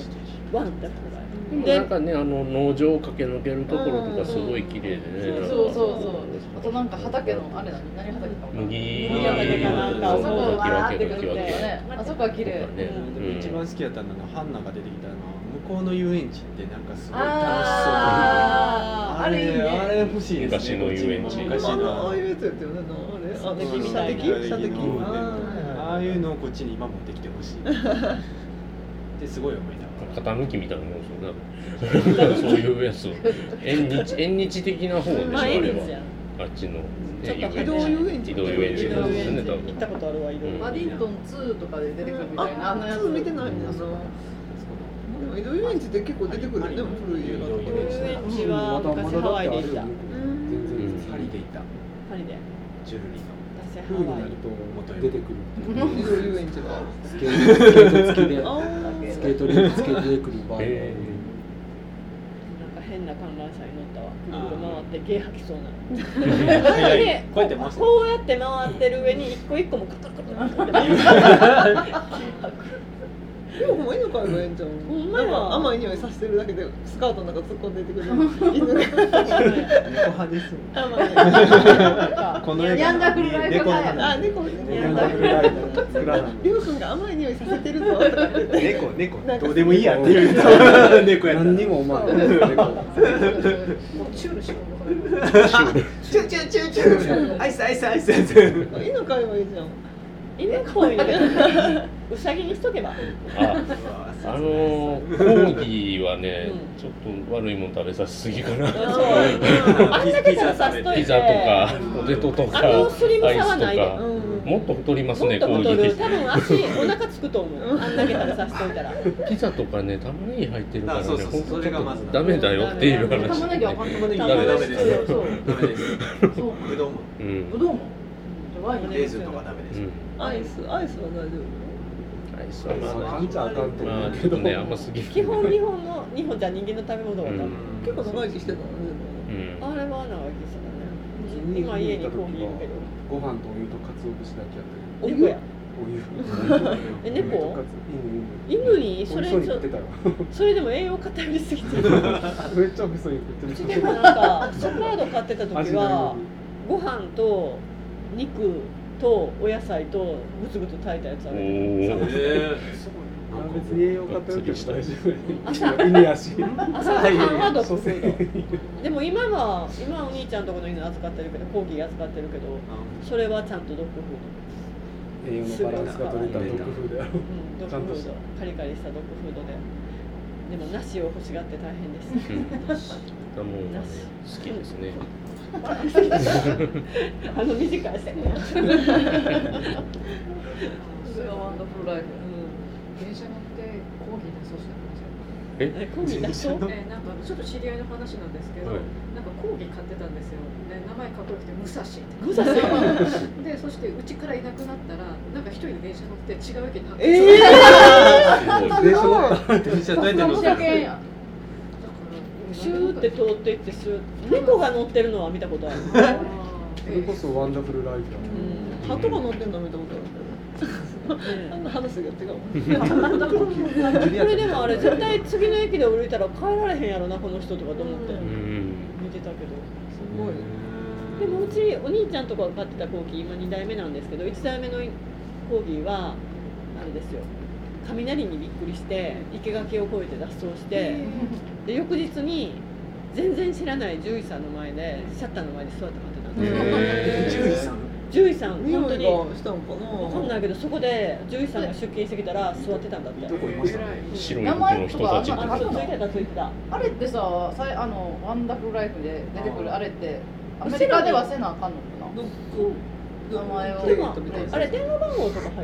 [SPEAKER 3] すワンだから
[SPEAKER 1] でもなんかねあの農場を駆け抜けるところとかすごい綺麗でね。
[SPEAKER 8] そうそうそうあとなんか畑のあれだね何畑か
[SPEAKER 1] 麦
[SPEAKER 3] 麦畑かなんか
[SPEAKER 8] あ
[SPEAKER 1] そ
[SPEAKER 8] そうこ
[SPEAKER 1] そう
[SPEAKER 8] わーって
[SPEAKER 1] 時
[SPEAKER 8] くる
[SPEAKER 1] 々
[SPEAKER 8] みたいなねあそこは綺麗
[SPEAKER 1] ね
[SPEAKER 6] で
[SPEAKER 1] うん
[SPEAKER 6] も一番好きやったのがハンナが出てきたのは向こうの遊園地ってなんかすごい楽しそう
[SPEAKER 8] あーあれいいね
[SPEAKER 6] あれ欲しいですね
[SPEAKER 1] 昔の遊園地
[SPEAKER 6] こっちも昔
[SPEAKER 2] あの
[SPEAKER 6] の
[SPEAKER 2] ああいうやつやったよねなあれあ
[SPEAKER 6] うん
[SPEAKER 2] の射的射的
[SPEAKER 6] うん
[SPEAKER 2] あ
[SPEAKER 6] ああいうのをこっちに今持ってきてほしいってすごい思いながら
[SPEAKER 1] 傾きみたいなもんですよね。そういうや つ。縁日縁日的な方でしょ
[SPEAKER 3] ま
[SPEAKER 1] あ
[SPEAKER 3] あ
[SPEAKER 1] れ
[SPEAKER 3] 縁日
[SPEAKER 1] は
[SPEAKER 3] や。
[SPEAKER 1] あっちのね
[SPEAKER 3] ちょっと
[SPEAKER 2] 移動遊園地
[SPEAKER 1] 移動遊園地なんですよね多
[SPEAKER 3] 行った
[SPEAKER 1] 分。
[SPEAKER 3] ことあるわ移動
[SPEAKER 1] うん
[SPEAKER 8] パディントン2とかで出てくるみたいな
[SPEAKER 2] あ
[SPEAKER 8] あのや
[SPEAKER 2] あ
[SPEAKER 8] つ
[SPEAKER 2] 見てないんだなでも移動遊園地って結構出てくるねでも古い映画とか
[SPEAKER 6] 移動遊園地
[SPEAKER 3] 遊園地は昔ハワイで行った
[SPEAKER 4] 全然
[SPEAKER 1] うん
[SPEAKER 6] パリで行った
[SPEAKER 3] パリで
[SPEAKER 6] ジュルリーの
[SPEAKER 3] 私ハ
[SPEAKER 4] 冬にな
[SPEAKER 3] ワ
[SPEAKER 4] る
[SPEAKER 3] イ
[SPEAKER 4] と出てくる
[SPEAKER 2] 移動遊園地が
[SPEAKER 4] スケート付きで
[SPEAKER 2] あー
[SPEAKER 4] スケートリンク付きで出てくる場合
[SPEAKER 1] え
[SPEAKER 3] なんか変な観覧車に乗ったわぐるぐる回ってゲー吐きそうな
[SPEAKER 6] 早い
[SPEAKER 3] で
[SPEAKER 6] こうやって回して
[SPEAKER 3] こうやって回ってる上に一個一個もカタカタカ タ
[SPEAKER 2] でもほんま犬飼えばええんちゃう
[SPEAKER 3] ほんまや
[SPEAKER 2] なんか甘い匂いさせてるだけでスカートの中突っ込んでいってくれる犬が
[SPEAKER 6] 猫派ですもん
[SPEAKER 2] 甘い匂い
[SPEAKER 6] この映画
[SPEAKER 8] ヤンダフルライフ
[SPEAKER 6] 猫の
[SPEAKER 8] 派や
[SPEAKER 2] あ
[SPEAKER 6] 話
[SPEAKER 2] 猫
[SPEAKER 6] ヤンダフルライフの裏なの
[SPEAKER 2] りょうくんが甘い匂いさせてるぞとか言って
[SPEAKER 6] 猫猫どうでもいいやって言うた猫やった
[SPEAKER 4] 何にも思わない猫
[SPEAKER 8] もうチュールしよ
[SPEAKER 6] チ
[SPEAKER 8] う
[SPEAKER 6] ューチューチューチューアイスアイスアイスアイス
[SPEAKER 2] 犬飼えばいいじゃん
[SPEAKER 3] 犬っぽいねうさぎにしとけば
[SPEAKER 1] ああのーコーギーはね
[SPEAKER 3] う
[SPEAKER 1] ちょっと悪いもん食べさせすぎかな。
[SPEAKER 3] あんだけからさしといて
[SPEAKER 1] ピザとかポテトと
[SPEAKER 3] あ
[SPEAKER 1] か
[SPEAKER 3] のスリム
[SPEAKER 1] アイ
[SPEAKER 3] さは
[SPEAKER 1] スと
[SPEAKER 3] ないで
[SPEAKER 1] か。もっと太ります
[SPEAKER 3] もっ
[SPEAKER 1] ね
[SPEAKER 3] と
[SPEAKER 1] コーギ
[SPEAKER 3] 太る
[SPEAKER 1] ー。
[SPEAKER 3] 多分足お腹つくと思 うあんだけ食べさせといたら
[SPEAKER 1] ピザとかね、玉ねぎ入ってるからね、
[SPEAKER 6] あそうそう
[SPEAKER 1] ほんと
[SPEAKER 6] それがまず
[SPEAKER 1] ダメだよっていう話、ね。
[SPEAKER 8] 玉ねぎは
[SPEAKER 1] う
[SPEAKER 8] 玉ねぎ
[SPEAKER 1] ダメダメ
[SPEAKER 6] です
[SPEAKER 8] そう
[SPEAKER 6] ダメです
[SPEAKER 8] そう
[SPEAKER 6] ぶどうも
[SPEAKER 1] ん
[SPEAKER 8] ぶ。どうもワイン
[SPEAKER 6] レーズンとかダメで
[SPEAKER 1] う
[SPEAKER 6] す
[SPEAKER 1] ん。
[SPEAKER 2] アイスアイスは大丈
[SPEAKER 1] アイス
[SPEAKER 4] ま
[SPEAKER 1] はま
[SPEAKER 4] あ噛んちゃあかんと
[SPEAKER 1] あ、
[SPEAKER 4] 思
[SPEAKER 1] まあ
[SPEAKER 4] う
[SPEAKER 1] ちょ
[SPEAKER 4] け
[SPEAKER 1] っと
[SPEAKER 4] ど
[SPEAKER 1] ね、あんま過ぎ
[SPEAKER 3] 基本日本の日本じゃ人間の食べ物は
[SPEAKER 1] う
[SPEAKER 3] ダメ
[SPEAKER 1] ん
[SPEAKER 6] うん
[SPEAKER 2] 夫結構長生きしてたのね
[SPEAKER 1] うん。
[SPEAKER 3] あれは長生きしたね今家にコーヒーいるけど
[SPEAKER 4] ご飯とお湯と鰹節だけやった
[SPEAKER 3] 猫や
[SPEAKER 4] けどお
[SPEAKER 3] え
[SPEAKER 4] 湯
[SPEAKER 3] 猫
[SPEAKER 4] お湯と鰹犬
[SPEAKER 3] 犬にそ
[SPEAKER 4] 美味
[SPEAKER 3] れ
[SPEAKER 4] しそうに食ってたよ
[SPEAKER 3] それでも栄養偏りすぎてる
[SPEAKER 4] めっちゃ美味しそうに
[SPEAKER 3] うちで
[SPEAKER 4] 食って
[SPEAKER 3] も
[SPEAKER 4] る
[SPEAKER 3] なんかアクションカード買ってた時
[SPEAKER 4] 味が
[SPEAKER 3] はご飯と肉とお野菜とぐつぐつ炊いたやつあ
[SPEAKER 1] お
[SPEAKER 3] る
[SPEAKER 1] ー
[SPEAKER 4] あ別に栄養偏っても大丈
[SPEAKER 3] 朝
[SPEAKER 4] 夫犬やし
[SPEAKER 3] 朝ごは んはドッ
[SPEAKER 4] 所
[SPEAKER 3] グフ
[SPEAKER 4] 詮
[SPEAKER 3] ードでも今は今お兄ちゃんとこの犬預かってるけどコーギー預かってるけどそれはちゃんとドッグフー
[SPEAKER 4] 栄養のバランスが取れたドッグフードやろ
[SPEAKER 3] ド、うん、ド
[SPEAKER 4] ちゃ
[SPEAKER 3] ッ
[SPEAKER 4] ん
[SPEAKER 3] グフ
[SPEAKER 4] と
[SPEAKER 3] ード
[SPEAKER 4] した
[SPEAKER 3] カリカリしたドッグフードででも梨を欲しがって大変で
[SPEAKER 1] う
[SPEAKER 3] し
[SPEAKER 1] ん。だもんがね、好きですね。
[SPEAKER 3] た あの短い線ね
[SPEAKER 8] それがワンダフルライフ
[SPEAKER 5] 電車乗って講義出そうしてました
[SPEAKER 3] えコーギー出そう
[SPEAKER 5] えーなんかちょっと知り合いの話なんですけど、
[SPEAKER 1] はい
[SPEAKER 5] なんか講義買ってたんですよ、ね、名前かっこよくて武蔵って
[SPEAKER 3] 武蔵
[SPEAKER 5] でそしてうちからいなくなったらなんか一人で電車乗って違う駅に運んで
[SPEAKER 2] ええ
[SPEAKER 4] 電車乗った
[SPEAKER 6] 電車どうやって乗った
[SPEAKER 8] けんや
[SPEAKER 3] シューって通っていってシュー猫が乗ってるのは見たことある、
[SPEAKER 4] それこそワンダフルライフだね
[SPEAKER 2] ハトが乗ってんの見たことあるけどあんな話が違う
[SPEAKER 3] これでもあれ絶対次の駅で降りたら帰られへんやろなこの人とかと思って
[SPEAKER 1] うん。
[SPEAKER 3] 見てたけど
[SPEAKER 2] すごい
[SPEAKER 3] でもうちお兄ちゃんとかが飼ってたコーギー今2代目なんですけど1代目のコーギーはあれですよ雷にびっくりして生垣を越えて脱走してで翌日に全然知らない獣医さんの前でシャッターの前で座って待ってたんですよ
[SPEAKER 1] へ
[SPEAKER 6] 獣医さん
[SPEAKER 3] 獣医さん
[SPEAKER 2] 匂
[SPEAKER 3] 本当
[SPEAKER 2] い
[SPEAKER 3] に
[SPEAKER 2] がしたのかな
[SPEAKER 3] わかんないけどそこで獣医さんが出勤してきたら座ってたんだって
[SPEAKER 4] どこいました
[SPEAKER 1] 白い服の人たち
[SPEAKER 3] あ
[SPEAKER 1] っ
[SPEAKER 3] そうついてたついてた
[SPEAKER 8] あれってささいあのワンダフルライフで出てくるあれってアメリカではせなあかんのか
[SPEAKER 2] ど
[SPEAKER 8] な
[SPEAKER 2] こ
[SPEAKER 8] 名前を
[SPEAKER 2] プレートみたいな
[SPEAKER 3] あれ電話番号とか入ってんのか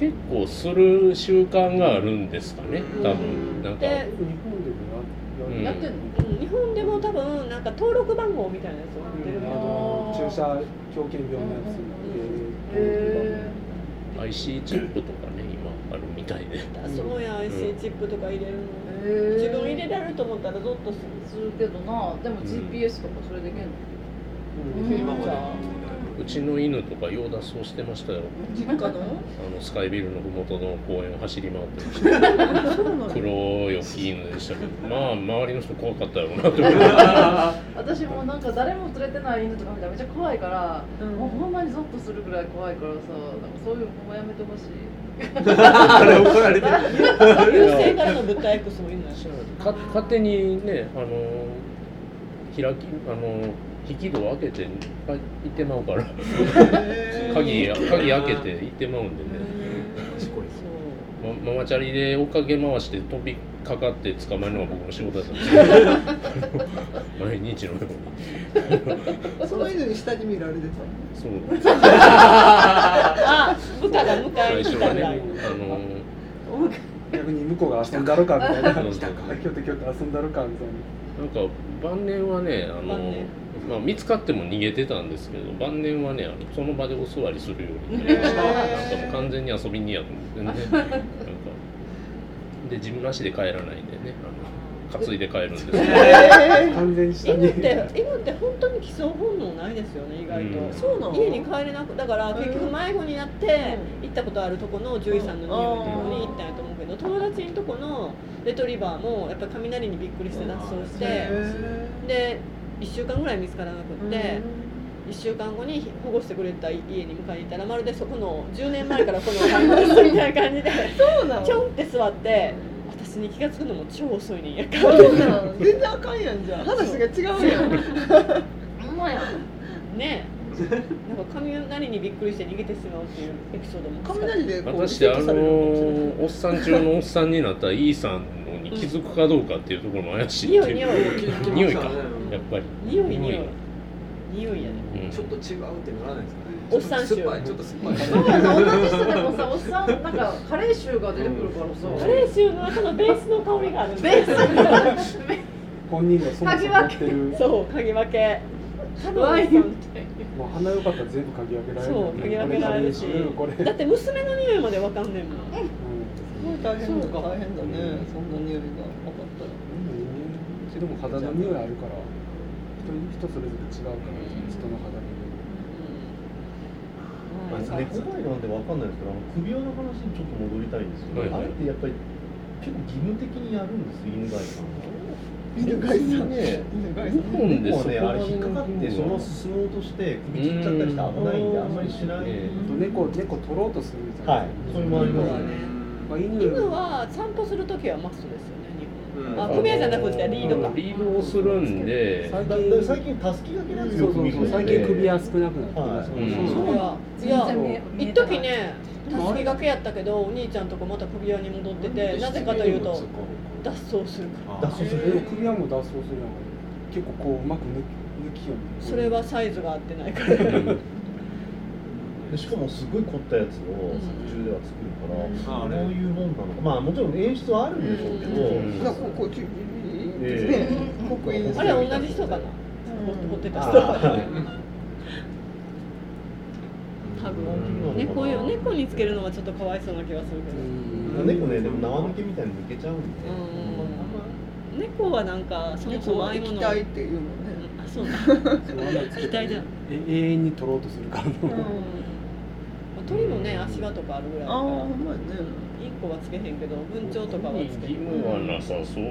[SPEAKER 1] て結構する習慣があるんですかね、多分。なん
[SPEAKER 3] な
[SPEAKER 1] か、
[SPEAKER 3] で
[SPEAKER 4] 日本でもややる
[SPEAKER 1] うん
[SPEAKER 8] やってんの
[SPEAKER 3] うん日本でも多分なんか登録番号みたいなやつを持ってる
[SPEAKER 4] あ
[SPEAKER 3] の
[SPEAKER 4] の注射狂犬病のやつで、
[SPEAKER 8] へ
[SPEAKER 1] IC チップとかね今あるみたいで
[SPEAKER 3] だそうや IC チップとか入れるの
[SPEAKER 8] え
[SPEAKER 3] 自分入れられると思ったらゾッとする
[SPEAKER 8] するけどなでも GPS とかそれできんの
[SPEAKER 4] うん
[SPEAKER 8] 今まで
[SPEAKER 1] うちの犬とかよう脱走してましたよ
[SPEAKER 8] 実家の
[SPEAKER 1] あのスカイビルの麓の公園を走り回ってました
[SPEAKER 8] そうなの
[SPEAKER 1] 黒い大きい犬でしたけどまあ周りの人怖かったやろうなって思い
[SPEAKER 8] 私もなんか誰も連れてない犬とか見たらめっちゃ怖いから、
[SPEAKER 3] うん
[SPEAKER 8] もうほんまにゾッとするぐらい怖いからさなんかそういうのもうやめてほしい
[SPEAKER 6] あれ怒られてる
[SPEAKER 3] 優勢からの豚 X もいるのよ
[SPEAKER 1] か勝手にねあの開きあの引き戸を開けてあ行ってまうから鍵や鍵開けて行ってまうんでね、
[SPEAKER 6] 賢い
[SPEAKER 3] そ
[SPEAKER 1] ま、ママチャリで追っかけ回して飛びかかって捕まえるのが僕の仕事だったんです けど毎日のように
[SPEAKER 2] その犬に下に見られてた
[SPEAKER 1] そう
[SPEAKER 3] うあ豚が迎え
[SPEAKER 1] 最
[SPEAKER 3] に来
[SPEAKER 1] 初
[SPEAKER 3] た
[SPEAKER 1] は
[SPEAKER 3] ん
[SPEAKER 1] ね
[SPEAKER 3] だ
[SPEAKER 1] あの
[SPEAKER 4] 逆に向こうが遊んだろかみた いな
[SPEAKER 1] う
[SPEAKER 4] 今
[SPEAKER 1] ん
[SPEAKER 4] 日と今日と遊んだろかみたい
[SPEAKER 1] なんか晩年はねあの
[SPEAKER 3] 晩年
[SPEAKER 1] まあ、見つかっても逃げてたんですけど晩年はねあのその場でお座りするよう になりましたなんかもう完全に遊びにやと思ってねなんかで自分の足で帰らないんでねあの担いで帰るんですけど、
[SPEAKER 4] な完全に下
[SPEAKER 3] 犬
[SPEAKER 4] に
[SPEAKER 3] って犬って本当に基礎本能ないですよね意外と、
[SPEAKER 1] うん
[SPEAKER 2] そうなの
[SPEAKER 3] 家に帰れなくだから結局迷子になって行ったことあるとこの獣医さんの匂いのとこに行ったんやと思うけど友達のとこのレトリバーもやっぱり雷にびっくりして脱走してで1週間ぐらい見つからなくって1週間後に保護してくれた家に迎えに行ったらまるでそこの10年前からこの看護室みたいな感じで
[SPEAKER 2] そうな
[SPEAKER 3] ちょ
[SPEAKER 2] の
[SPEAKER 3] んって座って私に気が付くのも超遅いねんやから
[SPEAKER 2] そうなの全然あかんやんじゃあ話が違うやん
[SPEAKER 8] ほんまや
[SPEAKER 3] ねえなんか雷にびっくりして逃げてしまうっていうエピソードも
[SPEAKER 2] 雷でこう
[SPEAKER 1] 私あ
[SPEAKER 2] リセッ
[SPEAKER 1] の
[SPEAKER 2] トされるの
[SPEAKER 1] おっさん中のおっさんになった E さんのに気づくかどうかっていうところも怪しい
[SPEAKER 3] 匂
[SPEAKER 1] っ
[SPEAKER 3] い
[SPEAKER 1] てい
[SPEAKER 3] 匂
[SPEAKER 1] う
[SPEAKER 3] い
[SPEAKER 1] 匂いかやっぱり、
[SPEAKER 3] 匂い匂
[SPEAKER 1] 匂
[SPEAKER 3] い
[SPEAKER 1] い
[SPEAKER 3] 匂いやね
[SPEAKER 1] うん
[SPEAKER 6] ちょっと違うってならないですかね
[SPEAKER 3] おっさん臭
[SPEAKER 6] ちょっと酸っぱいちょっと酸っぱい
[SPEAKER 8] そうやな同じ人でもさおっさんなんかカレー臭が出てくるからさ、
[SPEAKER 3] カレー臭の後のベースの香りがある
[SPEAKER 8] ベース
[SPEAKER 4] 本人がそもそもやってる
[SPEAKER 3] そう鍵分け多分
[SPEAKER 8] ワイン
[SPEAKER 4] もう鼻良かったら全部鍵開けられる
[SPEAKER 3] そう鍵開けられるし
[SPEAKER 4] これこれ、
[SPEAKER 3] だって娘の匂いまでわかんねんもん
[SPEAKER 4] う
[SPEAKER 2] すごい大変だ大変だねそんな匂いが分かったら
[SPEAKER 4] ん、でも肌の匂いあるから人人それぞれ違うから人の肌の
[SPEAKER 7] あいつ猫前なんでわかんないですけどあの首輪の話にちょっと戻りたいんですけど、
[SPEAKER 1] はいはい
[SPEAKER 7] あれってやっぱり結構義務的にやるんです犬飼いさんは
[SPEAKER 2] 犬飼いさん
[SPEAKER 7] ね
[SPEAKER 2] 犬飼いさ
[SPEAKER 1] 日本で
[SPEAKER 7] 猫
[SPEAKER 1] そこ
[SPEAKER 7] はねあれ引っかか
[SPEAKER 1] ま
[SPEAKER 7] っ
[SPEAKER 1] で
[SPEAKER 7] てそのまま進もうとして首切っちゃったりして危ないんであんまりしな
[SPEAKER 1] うん
[SPEAKER 7] い、
[SPEAKER 4] 匂いあと猫猫取ろうとするみたいな、
[SPEAKER 7] はいそれもありますね
[SPEAKER 4] まあ、犬
[SPEAKER 3] 犬は散歩する時はマストですよね日
[SPEAKER 6] う
[SPEAKER 3] 本あ
[SPEAKER 6] ん
[SPEAKER 3] 首輪じゃなくてリードか
[SPEAKER 1] リードをするんで
[SPEAKER 4] 最
[SPEAKER 7] だ
[SPEAKER 4] 近
[SPEAKER 7] だ最近たすきがけなんです
[SPEAKER 4] そ
[SPEAKER 7] よ
[SPEAKER 4] うそうそう最近首は少なくなってきま
[SPEAKER 1] はい
[SPEAKER 4] した、
[SPEAKER 1] うん
[SPEAKER 3] そうやい
[SPEAKER 8] 全
[SPEAKER 3] や
[SPEAKER 8] 然見え見え
[SPEAKER 3] 一
[SPEAKER 8] てない
[SPEAKER 3] 時ねたすきがけやったけどお兄ちゃんとこまた首輪に戻っててなぜかというと脱走するから
[SPEAKER 7] 脱走す
[SPEAKER 4] でも
[SPEAKER 7] る
[SPEAKER 4] 首輪も脱走するやん結構こううまく抜き抜きように
[SPEAKER 3] それはサイズが合ってないから
[SPEAKER 7] でしかもすごい凝ったやつを
[SPEAKER 3] うん
[SPEAKER 7] 作中では作るから、
[SPEAKER 6] ああれ
[SPEAKER 7] どういうもんなのかまあもちろん演出はあるんでしょうけど、
[SPEAKER 1] うん
[SPEAKER 2] んなんかこうちょい
[SPEAKER 7] え
[SPEAKER 2] ね刻印す
[SPEAKER 3] あ
[SPEAKER 2] る
[SPEAKER 3] れ同じ人かな掘ってた人
[SPEAKER 7] あ
[SPEAKER 3] タグを猫よ猫につけるのはちょっとかわいそうな気がするけど
[SPEAKER 7] ー猫ねでも縄抜けみたいに抜けちゃうんで、
[SPEAKER 3] うん猫はなんかそもそもああいうも
[SPEAKER 2] 液
[SPEAKER 3] の
[SPEAKER 2] 体っていうのね
[SPEAKER 3] あそうだ 液体じゃん
[SPEAKER 4] え永遠に取ろうとするから
[SPEAKER 2] うん
[SPEAKER 4] の、
[SPEAKER 3] 鳥もね足輪とかあるぐらいだ
[SPEAKER 2] ああ
[SPEAKER 3] か
[SPEAKER 2] ほ
[SPEAKER 3] ら
[SPEAKER 2] んまやね
[SPEAKER 3] インコはつけへんけど文鳥とかはつけ
[SPEAKER 1] 義
[SPEAKER 3] る
[SPEAKER 1] 務はなさそうか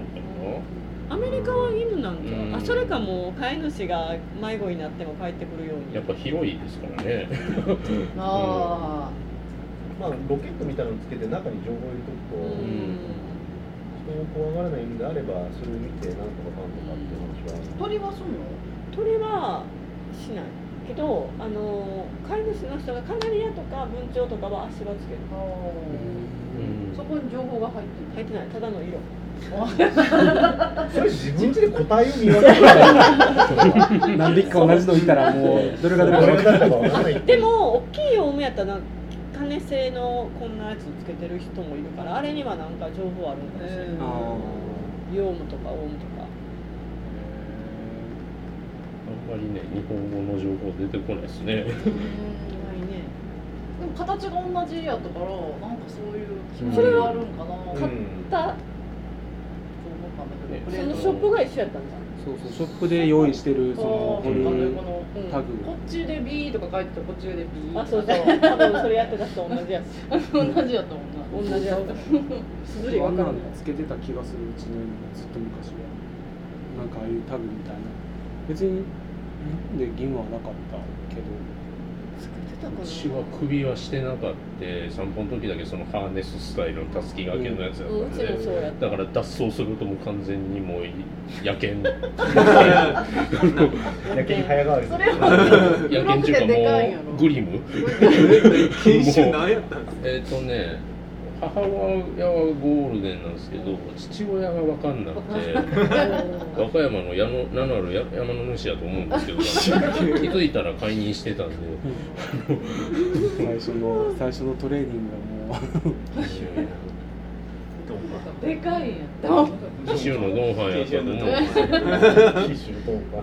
[SPEAKER 3] アメリカは犬なんじゃう
[SPEAKER 1] うん
[SPEAKER 3] あそれかもう飼い主が迷子になっても帰ってくるよう
[SPEAKER 1] な
[SPEAKER 3] に
[SPEAKER 1] やっぱ広いですから ね
[SPEAKER 8] あ
[SPEAKER 7] まあロケットみたいなのつけて中に情報を入れとくと、
[SPEAKER 3] うん
[SPEAKER 7] 人を怖がらないんであればそれを見てなんとかかんとかっていう話はある
[SPEAKER 8] あ鳥はそう
[SPEAKER 3] 鳥はしないけどあの飼い主の人がカナリアとか文鳥とかは足輪つける
[SPEAKER 8] なの
[SPEAKER 1] うん
[SPEAKER 8] そこに情報が入って
[SPEAKER 3] 入ってないただの色
[SPEAKER 7] それ自分家で答えを見分けるから
[SPEAKER 4] 何匹か同じのいたらもうどれがどれか分か
[SPEAKER 7] だ
[SPEAKER 4] らない
[SPEAKER 7] ったかわかんない
[SPEAKER 3] でも大きいオウムやったらなんか金製のこんなやつつけてる人もいるからあれにはなんか情報あるんだし
[SPEAKER 2] え
[SPEAKER 4] あ
[SPEAKER 2] ー
[SPEAKER 3] ヨウムとかオウムとか
[SPEAKER 1] あんまりね日本語の情報出てこないですね。
[SPEAKER 8] でも形が同じやったからなんかそういう気持ちがあるんかなと思ったんだ
[SPEAKER 3] た
[SPEAKER 8] けど
[SPEAKER 1] うん
[SPEAKER 3] そのショップが一緒やったんじゃん
[SPEAKER 4] そうそうショップで用意してるそのホ
[SPEAKER 8] こ
[SPEAKER 4] ル
[SPEAKER 8] の
[SPEAKER 4] タグ
[SPEAKER 8] こっちで B とか書いてたらこっちで B
[SPEAKER 3] あそうそう 多分それやってた人と同じやつ
[SPEAKER 8] 同じやったもんな
[SPEAKER 3] 同じやつすずり
[SPEAKER 4] あ
[SPEAKER 3] 分
[SPEAKER 4] ん
[SPEAKER 3] か
[SPEAKER 4] な
[SPEAKER 3] る
[SPEAKER 4] の
[SPEAKER 3] んだよ
[SPEAKER 4] つけてた気がするうちの家にずっと昔はなんかああいうタグみたいな別にで義務はなかったけど
[SPEAKER 1] うちは首はしてなかった散歩の時だけそのハーネススタイルのたすきがけのやつやった
[SPEAKER 3] うんうんちも
[SPEAKER 1] で、
[SPEAKER 3] そうやった
[SPEAKER 1] だから脱走するともう完全にもう野犬
[SPEAKER 7] 焼きに早変わりす
[SPEAKER 8] そ
[SPEAKER 7] る
[SPEAKER 8] れは
[SPEAKER 1] 野犬っていうかもうグリム
[SPEAKER 6] 研修何やったんですか
[SPEAKER 1] えっ、とね母親はゴールデンなんですけど父親が分かんなくて和歌山の矢野名のあるや山の主やと思うんですけど気づいたら解任してたんで
[SPEAKER 4] 最初の最初のトレーニング はも
[SPEAKER 8] でかいんやった
[SPEAKER 1] 紀州のドンファンやったと思うんです けど
[SPEAKER 7] キッシュとか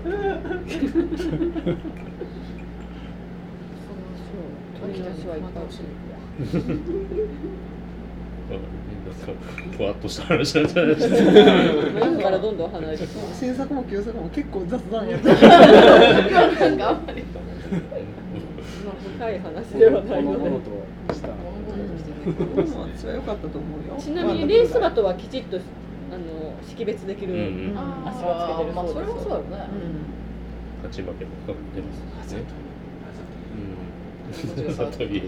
[SPEAKER 3] 鳥の足はいっぱい落ちる
[SPEAKER 1] なんかふわっとした話になっちゃいました
[SPEAKER 3] なんからどんどん離れていく
[SPEAKER 2] 新作も旧作も結構雑談やった
[SPEAKER 8] なんかあんまり
[SPEAKER 3] 深い話
[SPEAKER 4] う
[SPEAKER 3] ではない
[SPEAKER 4] この
[SPEAKER 3] の
[SPEAKER 4] もの
[SPEAKER 3] で
[SPEAKER 4] とした
[SPEAKER 2] 私は良かったと思うよ
[SPEAKER 3] ちなみにレースバとはきちっとあの識別でき
[SPEAKER 1] う
[SPEAKER 3] る、
[SPEAKER 1] んうん
[SPEAKER 8] あ
[SPEAKER 3] 足はつけてる
[SPEAKER 8] まあそれはそうだろう
[SPEAKER 2] う
[SPEAKER 8] ね
[SPEAKER 2] ん
[SPEAKER 1] 勝ち負けもかかってますねうん
[SPEAKER 8] あざとい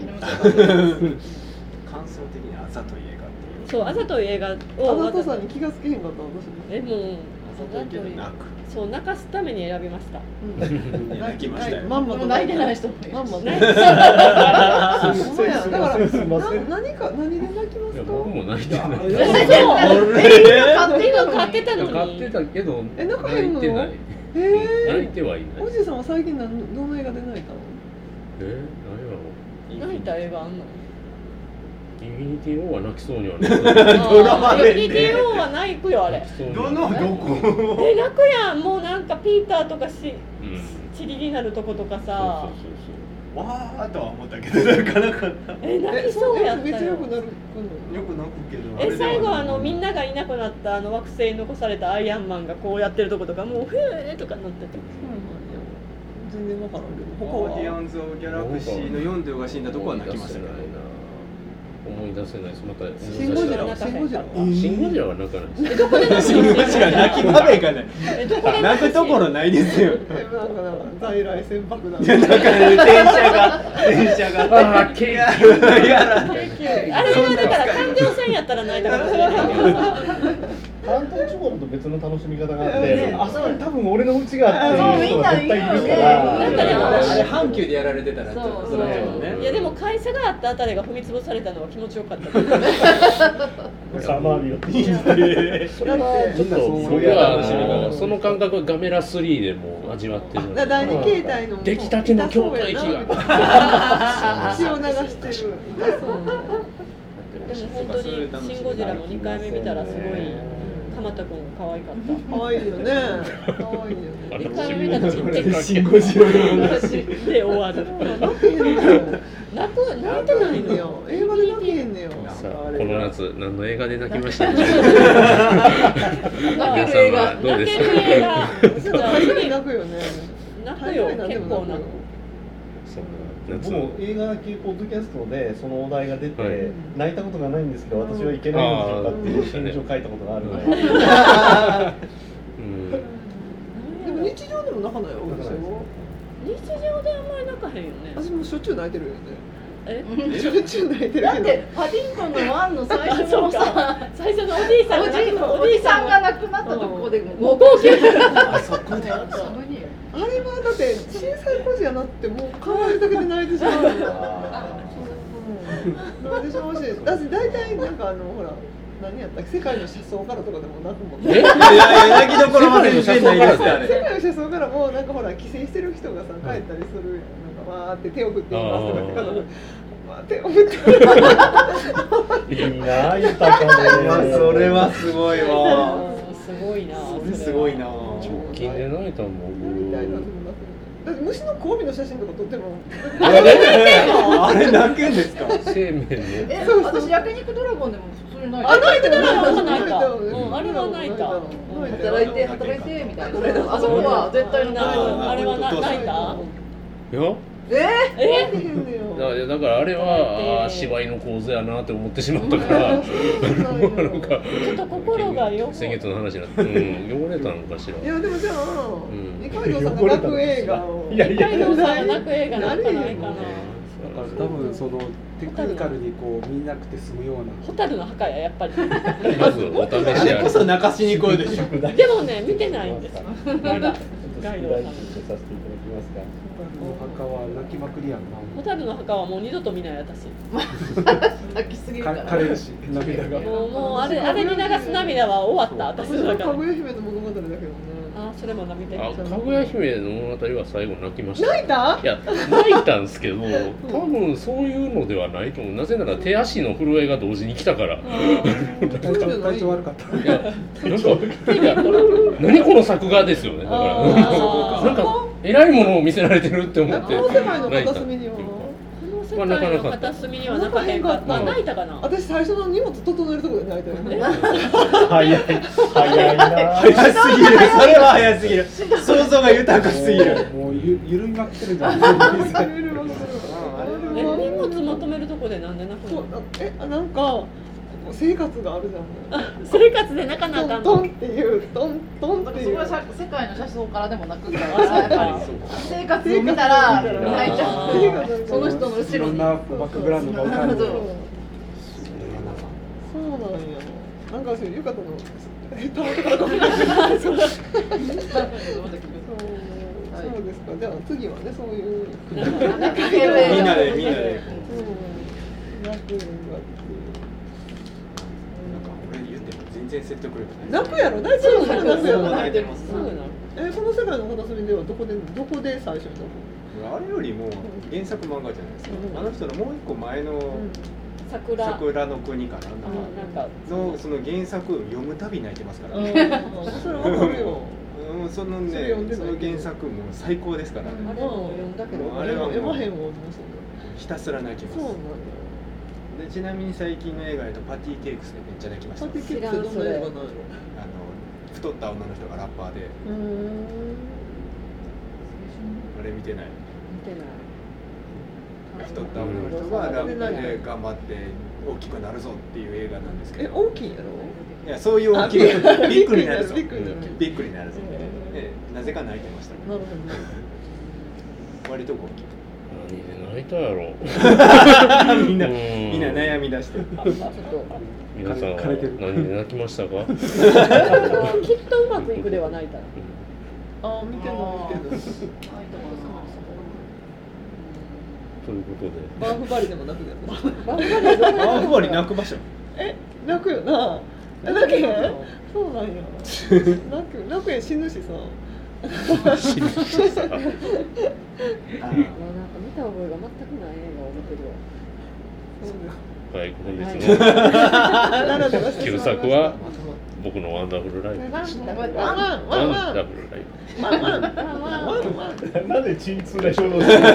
[SPEAKER 6] 感想的にあざとい映画っていう
[SPEAKER 3] そうあざとい映画
[SPEAKER 2] あ
[SPEAKER 3] を
[SPEAKER 2] なたさんに気が付けへんかった私も
[SPEAKER 3] えもう
[SPEAKER 6] あざといけどなく
[SPEAKER 3] そう泣かすために選びました
[SPEAKER 6] いや泣きましたよ
[SPEAKER 2] まんまと
[SPEAKER 8] 泣いてない人もいる
[SPEAKER 2] まんまと
[SPEAKER 3] 泣い
[SPEAKER 2] そうやだから
[SPEAKER 7] すいません
[SPEAKER 2] な何か何で泣きま
[SPEAKER 1] い
[SPEAKER 2] す
[SPEAKER 1] や
[SPEAKER 2] か
[SPEAKER 1] 僕も泣いてない
[SPEAKER 3] 勝手に買ってたの
[SPEAKER 1] 買っ
[SPEAKER 3] に
[SPEAKER 1] てたけど
[SPEAKER 2] えなんか
[SPEAKER 1] 泣
[SPEAKER 2] 変
[SPEAKER 1] い
[SPEAKER 2] なの
[SPEAKER 1] てない
[SPEAKER 2] え
[SPEAKER 1] 泣い
[SPEAKER 2] え
[SPEAKER 1] てはいない
[SPEAKER 2] おじさんは最近何どの映画で泣いたの
[SPEAKER 1] え何やろ
[SPEAKER 3] 泣いた映画あんの
[SPEAKER 1] うインフィニティ・オーは泣きそうにはな
[SPEAKER 3] ド
[SPEAKER 6] ラマでね
[SPEAKER 3] DTO は泣くよあ れ
[SPEAKER 1] 泣きそうに
[SPEAKER 6] ど
[SPEAKER 1] は
[SPEAKER 6] の
[SPEAKER 1] ない
[SPEAKER 6] どこ
[SPEAKER 3] え泣くやんもうなんかピーターとかし
[SPEAKER 1] うん
[SPEAKER 3] チリになるとことか
[SPEAKER 1] そ
[SPEAKER 3] さ
[SPEAKER 1] うそうそうそう
[SPEAKER 6] わーとは思ったけどなかなかった
[SPEAKER 3] え泣
[SPEAKER 2] え
[SPEAKER 3] きそうやっ
[SPEAKER 2] め
[SPEAKER 3] た
[SPEAKER 2] っちゃ良
[SPEAKER 3] よ
[SPEAKER 2] くなる
[SPEAKER 6] よく泣くけど
[SPEAKER 3] え最後あのみんながいなくなったあの惑星に残されたアイアンマンがこうやってるとことかもう「ふえ」とかなってて
[SPEAKER 2] 全然分からんけど
[SPEAKER 6] オー
[SPEAKER 2] 他
[SPEAKER 6] ディ
[SPEAKER 2] は
[SPEAKER 6] オンズ・オブ・ギャラクシーの読んでおが死んだとこは泣きましたけど
[SPEAKER 1] 思い出せないですまた思い出
[SPEAKER 2] シン
[SPEAKER 1] し
[SPEAKER 2] ゴ
[SPEAKER 1] た
[SPEAKER 2] ジ
[SPEAKER 1] ら
[SPEAKER 2] ラシンゴジラは
[SPEAKER 1] シン・ゴジラは泣かないです
[SPEAKER 6] シン・ゴジラ泣き場面がない
[SPEAKER 3] えどこで
[SPEAKER 6] 泣くところないですよ
[SPEAKER 2] えなんかなんか在来線爆弾
[SPEAKER 6] いやなんかね電車が電車があケーやら
[SPEAKER 3] あれはだから環境線やったら泣いたかもしれないけど
[SPEAKER 7] 関東地方だと別の楽しみ方があって、
[SPEAKER 2] ね
[SPEAKER 7] あそこに多分俺の家があっていう人が絶対いるか
[SPEAKER 8] そうみんな
[SPEAKER 3] な
[SPEAKER 7] ら
[SPEAKER 8] いるよね
[SPEAKER 3] んか
[SPEAKER 6] あれ
[SPEAKER 3] ね
[SPEAKER 6] 阪急でやられてたらちょっとそれはね
[SPEAKER 3] いやでも会社があったあたりが踏み潰されたのは気持ちよかったけど
[SPEAKER 7] サマービオって
[SPEAKER 1] それはちょっと僕はあのその感覚はガメラ3でもう味わってるんで
[SPEAKER 2] だ第二形態の
[SPEAKER 1] 出来たての境界機が
[SPEAKER 2] が血を流してる痛そう
[SPEAKER 3] でも本当に「シン・ゴジラ」も2回目見たらすごい鎌田君が可愛かった
[SPEAKER 2] 可愛いよね可愛いよね
[SPEAKER 3] 2回目見たらちっちゃい
[SPEAKER 6] シン・ゴジラ
[SPEAKER 3] で終わる
[SPEAKER 2] 泣けへんのよ
[SPEAKER 3] 泣く泣いてないのよ
[SPEAKER 2] 映画で泣けへんのよ
[SPEAKER 1] さあこの夏何の映画で泣きましたでしょうか皆
[SPEAKER 8] 泣
[SPEAKER 1] さん
[SPEAKER 8] ける映画
[SPEAKER 1] はどう
[SPEAKER 3] 泣
[SPEAKER 1] ですか
[SPEAKER 3] ける映
[SPEAKER 2] で
[SPEAKER 3] 画
[SPEAKER 2] も大概泣くよね
[SPEAKER 3] 泣く
[SPEAKER 2] 大
[SPEAKER 3] よ
[SPEAKER 2] 概泣
[SPEAKER 3] 結
[SPEAKER 2] く
[SPEAKER 3] 構泣く
[SPEAKER 1] そんな
[SPEAKER 7] 僕
[SPEAKER 1] 夏
[SPEAKER 7] も映画系ポッドキャストでそのお題が出て、
[SPEAKER 1] はい
[SPEAKER 7] 泣いたことがないんですけど私はいけないんですよかっていう心情を書いたことがあるので、
[SPEAKER 1] うん
[SPEAKER 2] でも日常でも泣かないよ私も
[SPEAKER 3] 日常であんまり泣かへんよね
[SPEAKER 2] 私もしょっちゅう泣いてるよね
[SPEAKER 3] え
[SPEAKER 2] しょっちゅう泣いてる
[SPEAKER 8] だっ
[SPEAKER 2] けど
[SPEAKER 8] てパディントンのワンの最
[SPEAKER 3] あ
[SPEAKER 8] 初
[SPEAKER 3] そ
[SPEAKER 8] の
[SPEAKER 3] う
[SPEAKER 8] さ
[SPEAKER 3] か最初のおじいさん
[SPEAKER 8] お
[SPEAKER 3] が泣
[SPEAKER 8] じい
[SPEAKER 3] く
[SPEAKER 8] さん
[SPEAKER 3] の
[SPEAKER 8] おじいさんが
[SPEAKER 3] 泣
[SPEAKER 8] 亡くなったとこで
[SPEAKER 3] も
[SPEAKER 8] も
[SPEAKER 3] う号泣
[SPEAKER 2] あれはだって小さい子じゃなくてもう考えるだけで泣いてしまうの 泣いてしまうしだって大体なんかあのほら何やったっけ世界の車窓からとかでも泣くもん ね
[SPEAKER 1] え
[SPEAKER 6] いやいや泣きどころまで全然ないですから
[SPEAKER 2] 世
[SPEAKER 6] ね
[SPEAKER 2] 界の車窓からもなんかほら帰省してる人がさ帰ったりするやんなんかわーって手を振って言いますとかって家族まあ手を振って
[SPEAKER 7] いいなあ豊かで、
[SPEAKER 6] まあそれはすごいわ
[SPEAKER 3] すごいな
[SPEAKER 6] それすごいな
[SPEAKER 1] 直近で泣いたの僕
[SPEAKER 2] みたいなでも泣だって虫の交尾の写真とか撮っても
[SPEAKER 6] あれ泣けんですか
[SPEAKER 1] 生命の
[SPEAKER 8] え
[SPEAKER 2] そうそう
[SPEAKER 8] 私焼肉ドラゴンでもそれない
[SPEAKER 2] あ泣いて
[SPEAKER 3] ド
[SPEAKER 2] た
[SPEAKER 3] ラゴンは
[SPEAKER 2] 泣
[SPEAKER 3] 泣
[SPEAKER 2] い
[SPEAKER 3] い
[SPEAKER 2] て
[SPEAKER 3] た、
[SPEAKER 2] た
[SPEAKER 3] うん、あれは泣いた、うん
[SPEAKER 2] 泣いた
[SPEAKER 8] 働いて働いてみたいなあそこは絶対に
[SPEAKER 3] な
[SPEAKER 8] ない
[SPEAKER 3] あれはな泣いた
[SPEAKER 1] よ
[SPEAKER 8] え
[SPEAKER 3] え
[SPEAKER 2] 泣いてへんねよ
[SPEAKER 1] だいやだからあれはあー芝居の構図やなって思ってしまったから
[SPEAKER 2] そうなんよ
[SPEAKER 1] なんか
[SPEAKER 3] ちょっと心がよ
[SPEAKER 1] 先月の話になって、うん、汚れたのかしら
[SPEAKER 2] いやでもじゃあ、
[SPEAKER 1] ん
[SPEAKER 2] 二階堂さんが泣く映画を
[SPEAKER 7] いやい
[SPEAKER 3] 北
[SPEAKER 7] や
[SPEAKER 3] 海道さん泣く映画なんかないかな
[SPEAKER 4] だから多分そのテクニカルにこう見なくて済むような
[SPEAKER 3] ホタルの墓ややっぱり
[SPEAKER 1] まずお試
[SPEAKER 6] あ
[SPEAKER 1] し
[SPEAKER 6] れ
[SPEAKER 1] あ
[SPEAKER 6] こ
[SPEAKER 1] れ
[SPEAKER 6] そ泣かしに行こうでしょ
[SPEAKER 7] 宿題
[SPEAKER 3] でもね見てないんですよまだ
[SPEAKER 7] 宿題出させていただきますか
[SPEAKER 4] お墓は泣きまくりやん
[SPEAKER 3] ホタルの墓はもう二度と見ない私
[SPEAKER 8] 泣きすぎる
[SPEAKER 4] な
[SPEAKER 8] か
[SPEAKER 4] から枯れるし涙が
[SPEAKER 3] もうもうあれあれに流す涙は終わった私
[SPEAKER 2] 私
[SPEAKER 3] の
[SPEAKER 2] は
[SPEAKER 3] 中
[SPEAKER 2] かぐ
[SPEAKER 3] で
[SPEAKER 2] や姫の物語だけどね
[SPEAKER 3] あそれもな見て
[SPEAKER 1] あ
[SPEAKER 3] る
[SPEAKER 1] かぐや姫の物語は最後泣きました
[SPEAKER 2] 泣いた
[SPEAKER 1] いや泣いたんですけど多分そういうのではないと思うなぜなら手足の震えが同時に来たから
[SPEAKER 4] 体調体調悪かった
[SPEAKER 1] いやなんかいや何この作画ですよねだから
[SPEAKER 3] あー
[SPEAKER 1] なんか偉いものを見せられてるって思
[SPEAKER 2] な
[SPEAKER 1] っ
[SPEAKER 2] ん
[SPEAKER 1] て
[SPEAKER 2] か大手前の
[SPEAKER 1] 泣いた
[SPEAKER 2] 片隅には
[SPEAKER 3] この世界の片隅には泣かへんかった泣いたかな
[SPEAKER 2] 私最初の荷物整えるとこで 泣いたよね
[SPEAKER 7] 早い早いな
[SPEAKER 6] 早すぎるそれは早すぎる想像が豊かすぎる
[SPEAKER 4] もうもうゆ緩みまくってるんじ ゃない
[SPEAKER 2] 震えるわけだから
[SPEAKER 3] え荷物まとめるとこでなんで泣く
[SPEAKER 2] そう
[SPEAKER 3] の
[SPEAKER 2] えあなんか生活があるじゃん
[SPEAKER 3] 生活で泣かなあか
[SPEAKER 2] トント
[SPEAKER 3] ん
[SPEAKER 2] ン
[SPEAKER 3] の
[SPEAKER 2] っていうトントン
[SPEAKER 8] だ
[SPEAKER 2] っ
[SPEAKER 8] か
[SPEAKER 2] て
[SPEAKER 8] ら
[SPEAKER 2] い
[SPEAKER 8] そうこはさ世界の車窓からでも泣くからやっぱり 生活を見たら 泣いちゃ
[SPEAKER 2] 生
[SPEAKER 8] う
[SPEAKER 2] 活を見たら
[SPEAKER 8] その人の後
[SPEAKER 4] い
[SPEAKER 8] ろ
[SPEAKER 4] ろん
[SPEAKER 8] に
[SPEAKER 4] なこうバックグラウンドが浮かんで
[SPEAKER 8] そう
[SPEAKER 2] そうなんやなんかそういうかたのえたまたからごめんなさいそうそうですかじゃあ次はねそういう
[SPEAKER 6] みんなでみんなで
[SPEAKER 2] うん泣く
[SPEAKER 6] なんか俺言っても全然説得力ない
[SPEAKER 2] 泣くやろ大丈夫
[SPEAKER 3] そう
[SPEAKER 2] 泣くやろ
[SPEAKER 6] 泣いてます
[SPEAKER 3] すぐな
[SPEAKER 2] えこの世界の片隅ではどこでどこで最初に泣
[SPEAKER 6] 俺あれよりも原作漫画じゃないですか、
[SPEAKER 2] うん
[SPEAKER 6] あの人のもう一個前
[SPEAKER 2] く
[SPEAKER 6] の「
[SPEAKER 3] 桜
[SPEAKER 6] 桜の国」かなんだか
[SPEAKER 3] うんなんか
[SPEAKER 6] のその原作を読むたび泣いてますから、
[SPEAKER 2] うん、
[SPEAKER 6] ね
[SPEAKER 2] うん、それわかるよ
[SPEAKER 6] うん、その
[SPEAKER 2] そ
[SPEAKER 6] ね
[SPEAKER 2] れ
[SPEAKER 6] そ
[SPEAKER 2] 読んでない
[SPEAKER 6] の原作も最高ですから、
[SPEAKER 3] あ
[SPEAKER 6] ね、
[SPEAKER 3] れも読んだけど
[SPEAKER 6] あれはもう
[SPEAKER 2] 読まへんわ私
[SPEAKER 6] ひたすら泣きます
[SPEAKER 2] そうなんだ
[SPEAKER 6] でちなみに最近の映画だとパティ・ケイクスでめっちゃ泣きまし
[SPEAKER 2] パ
[SPEAKER 6] た
[SPEAKER 2] ーティーキッズってどんな映画なんやろ
[SPEAKER 6] あの太った女の人がラッパーで
[SPEAKER 2] うーん
[SPEAKER 6] あれ見てない
[SPEAKER 3] 見てない
[SPEAKER 6] 太った女の人がラップで頑張って大きくなるぞっていう映画なんですけ
[SPEAKER 2] え
[SPEAKER 6] ど
[SPEAKER 2] 大きいんやろ
[SPEAKER 6] いやそういう大きい
[SPEAKER 2] あ
[SPEAKER 6] びっくりになるぞ
[SPEAKER 2] びっくりになる
[SPEAKER 6] うんびっくりになるぞええなぜか泣いてました
[SPEAKER 2] なるほど
[SPEAKER 6] 割と大きい
[SPEAKER 1] 何で泣いたやろ
[SPEAKER 6] みんな
[SPEAKER 1] うん
[SPEAKER 6] みんな悩み出して
[SPEAKER 1] 皆さんは
[SPEAKER 4] 枯れてる
[SPEAKER 1] 何で泣きましたか
[SPEAKER 3] あのきっとうまくいくではないから
[SPEAKER 2] あー見てない見てない
[SPEAKER 1] ということで
[SPEAKER 2] バーフバリでも泣くやろ
[SPEAKER 6] あ あふわり泣く場所
[SPEAKER 2] え泣くよなえ 泣けへんそうなん や泣く泣くやん死ぬしさ
[SPEAKER 3] いやなんか見た覚えが全くない映画を見てるわ
[SPEAKER 2] そう
[SPEAKER 1] はい本日の
[SPEAKER 2] です
[SPEAKER 1] 旧作は僕のワンダフルライフ
[SPEAKER 2] ワンダフルワンワンワ
[SPEAKER 1] ワ
[SPEAKER 2] ン
[SPEAKER 1] ン
[SPEAKER 2] ワン
[SPEAKER 1] ダフルライフ
[SPEAKER 2] ワンワンワンワンワン
[SPEAKER 7] なんで鎮痛で衝動するの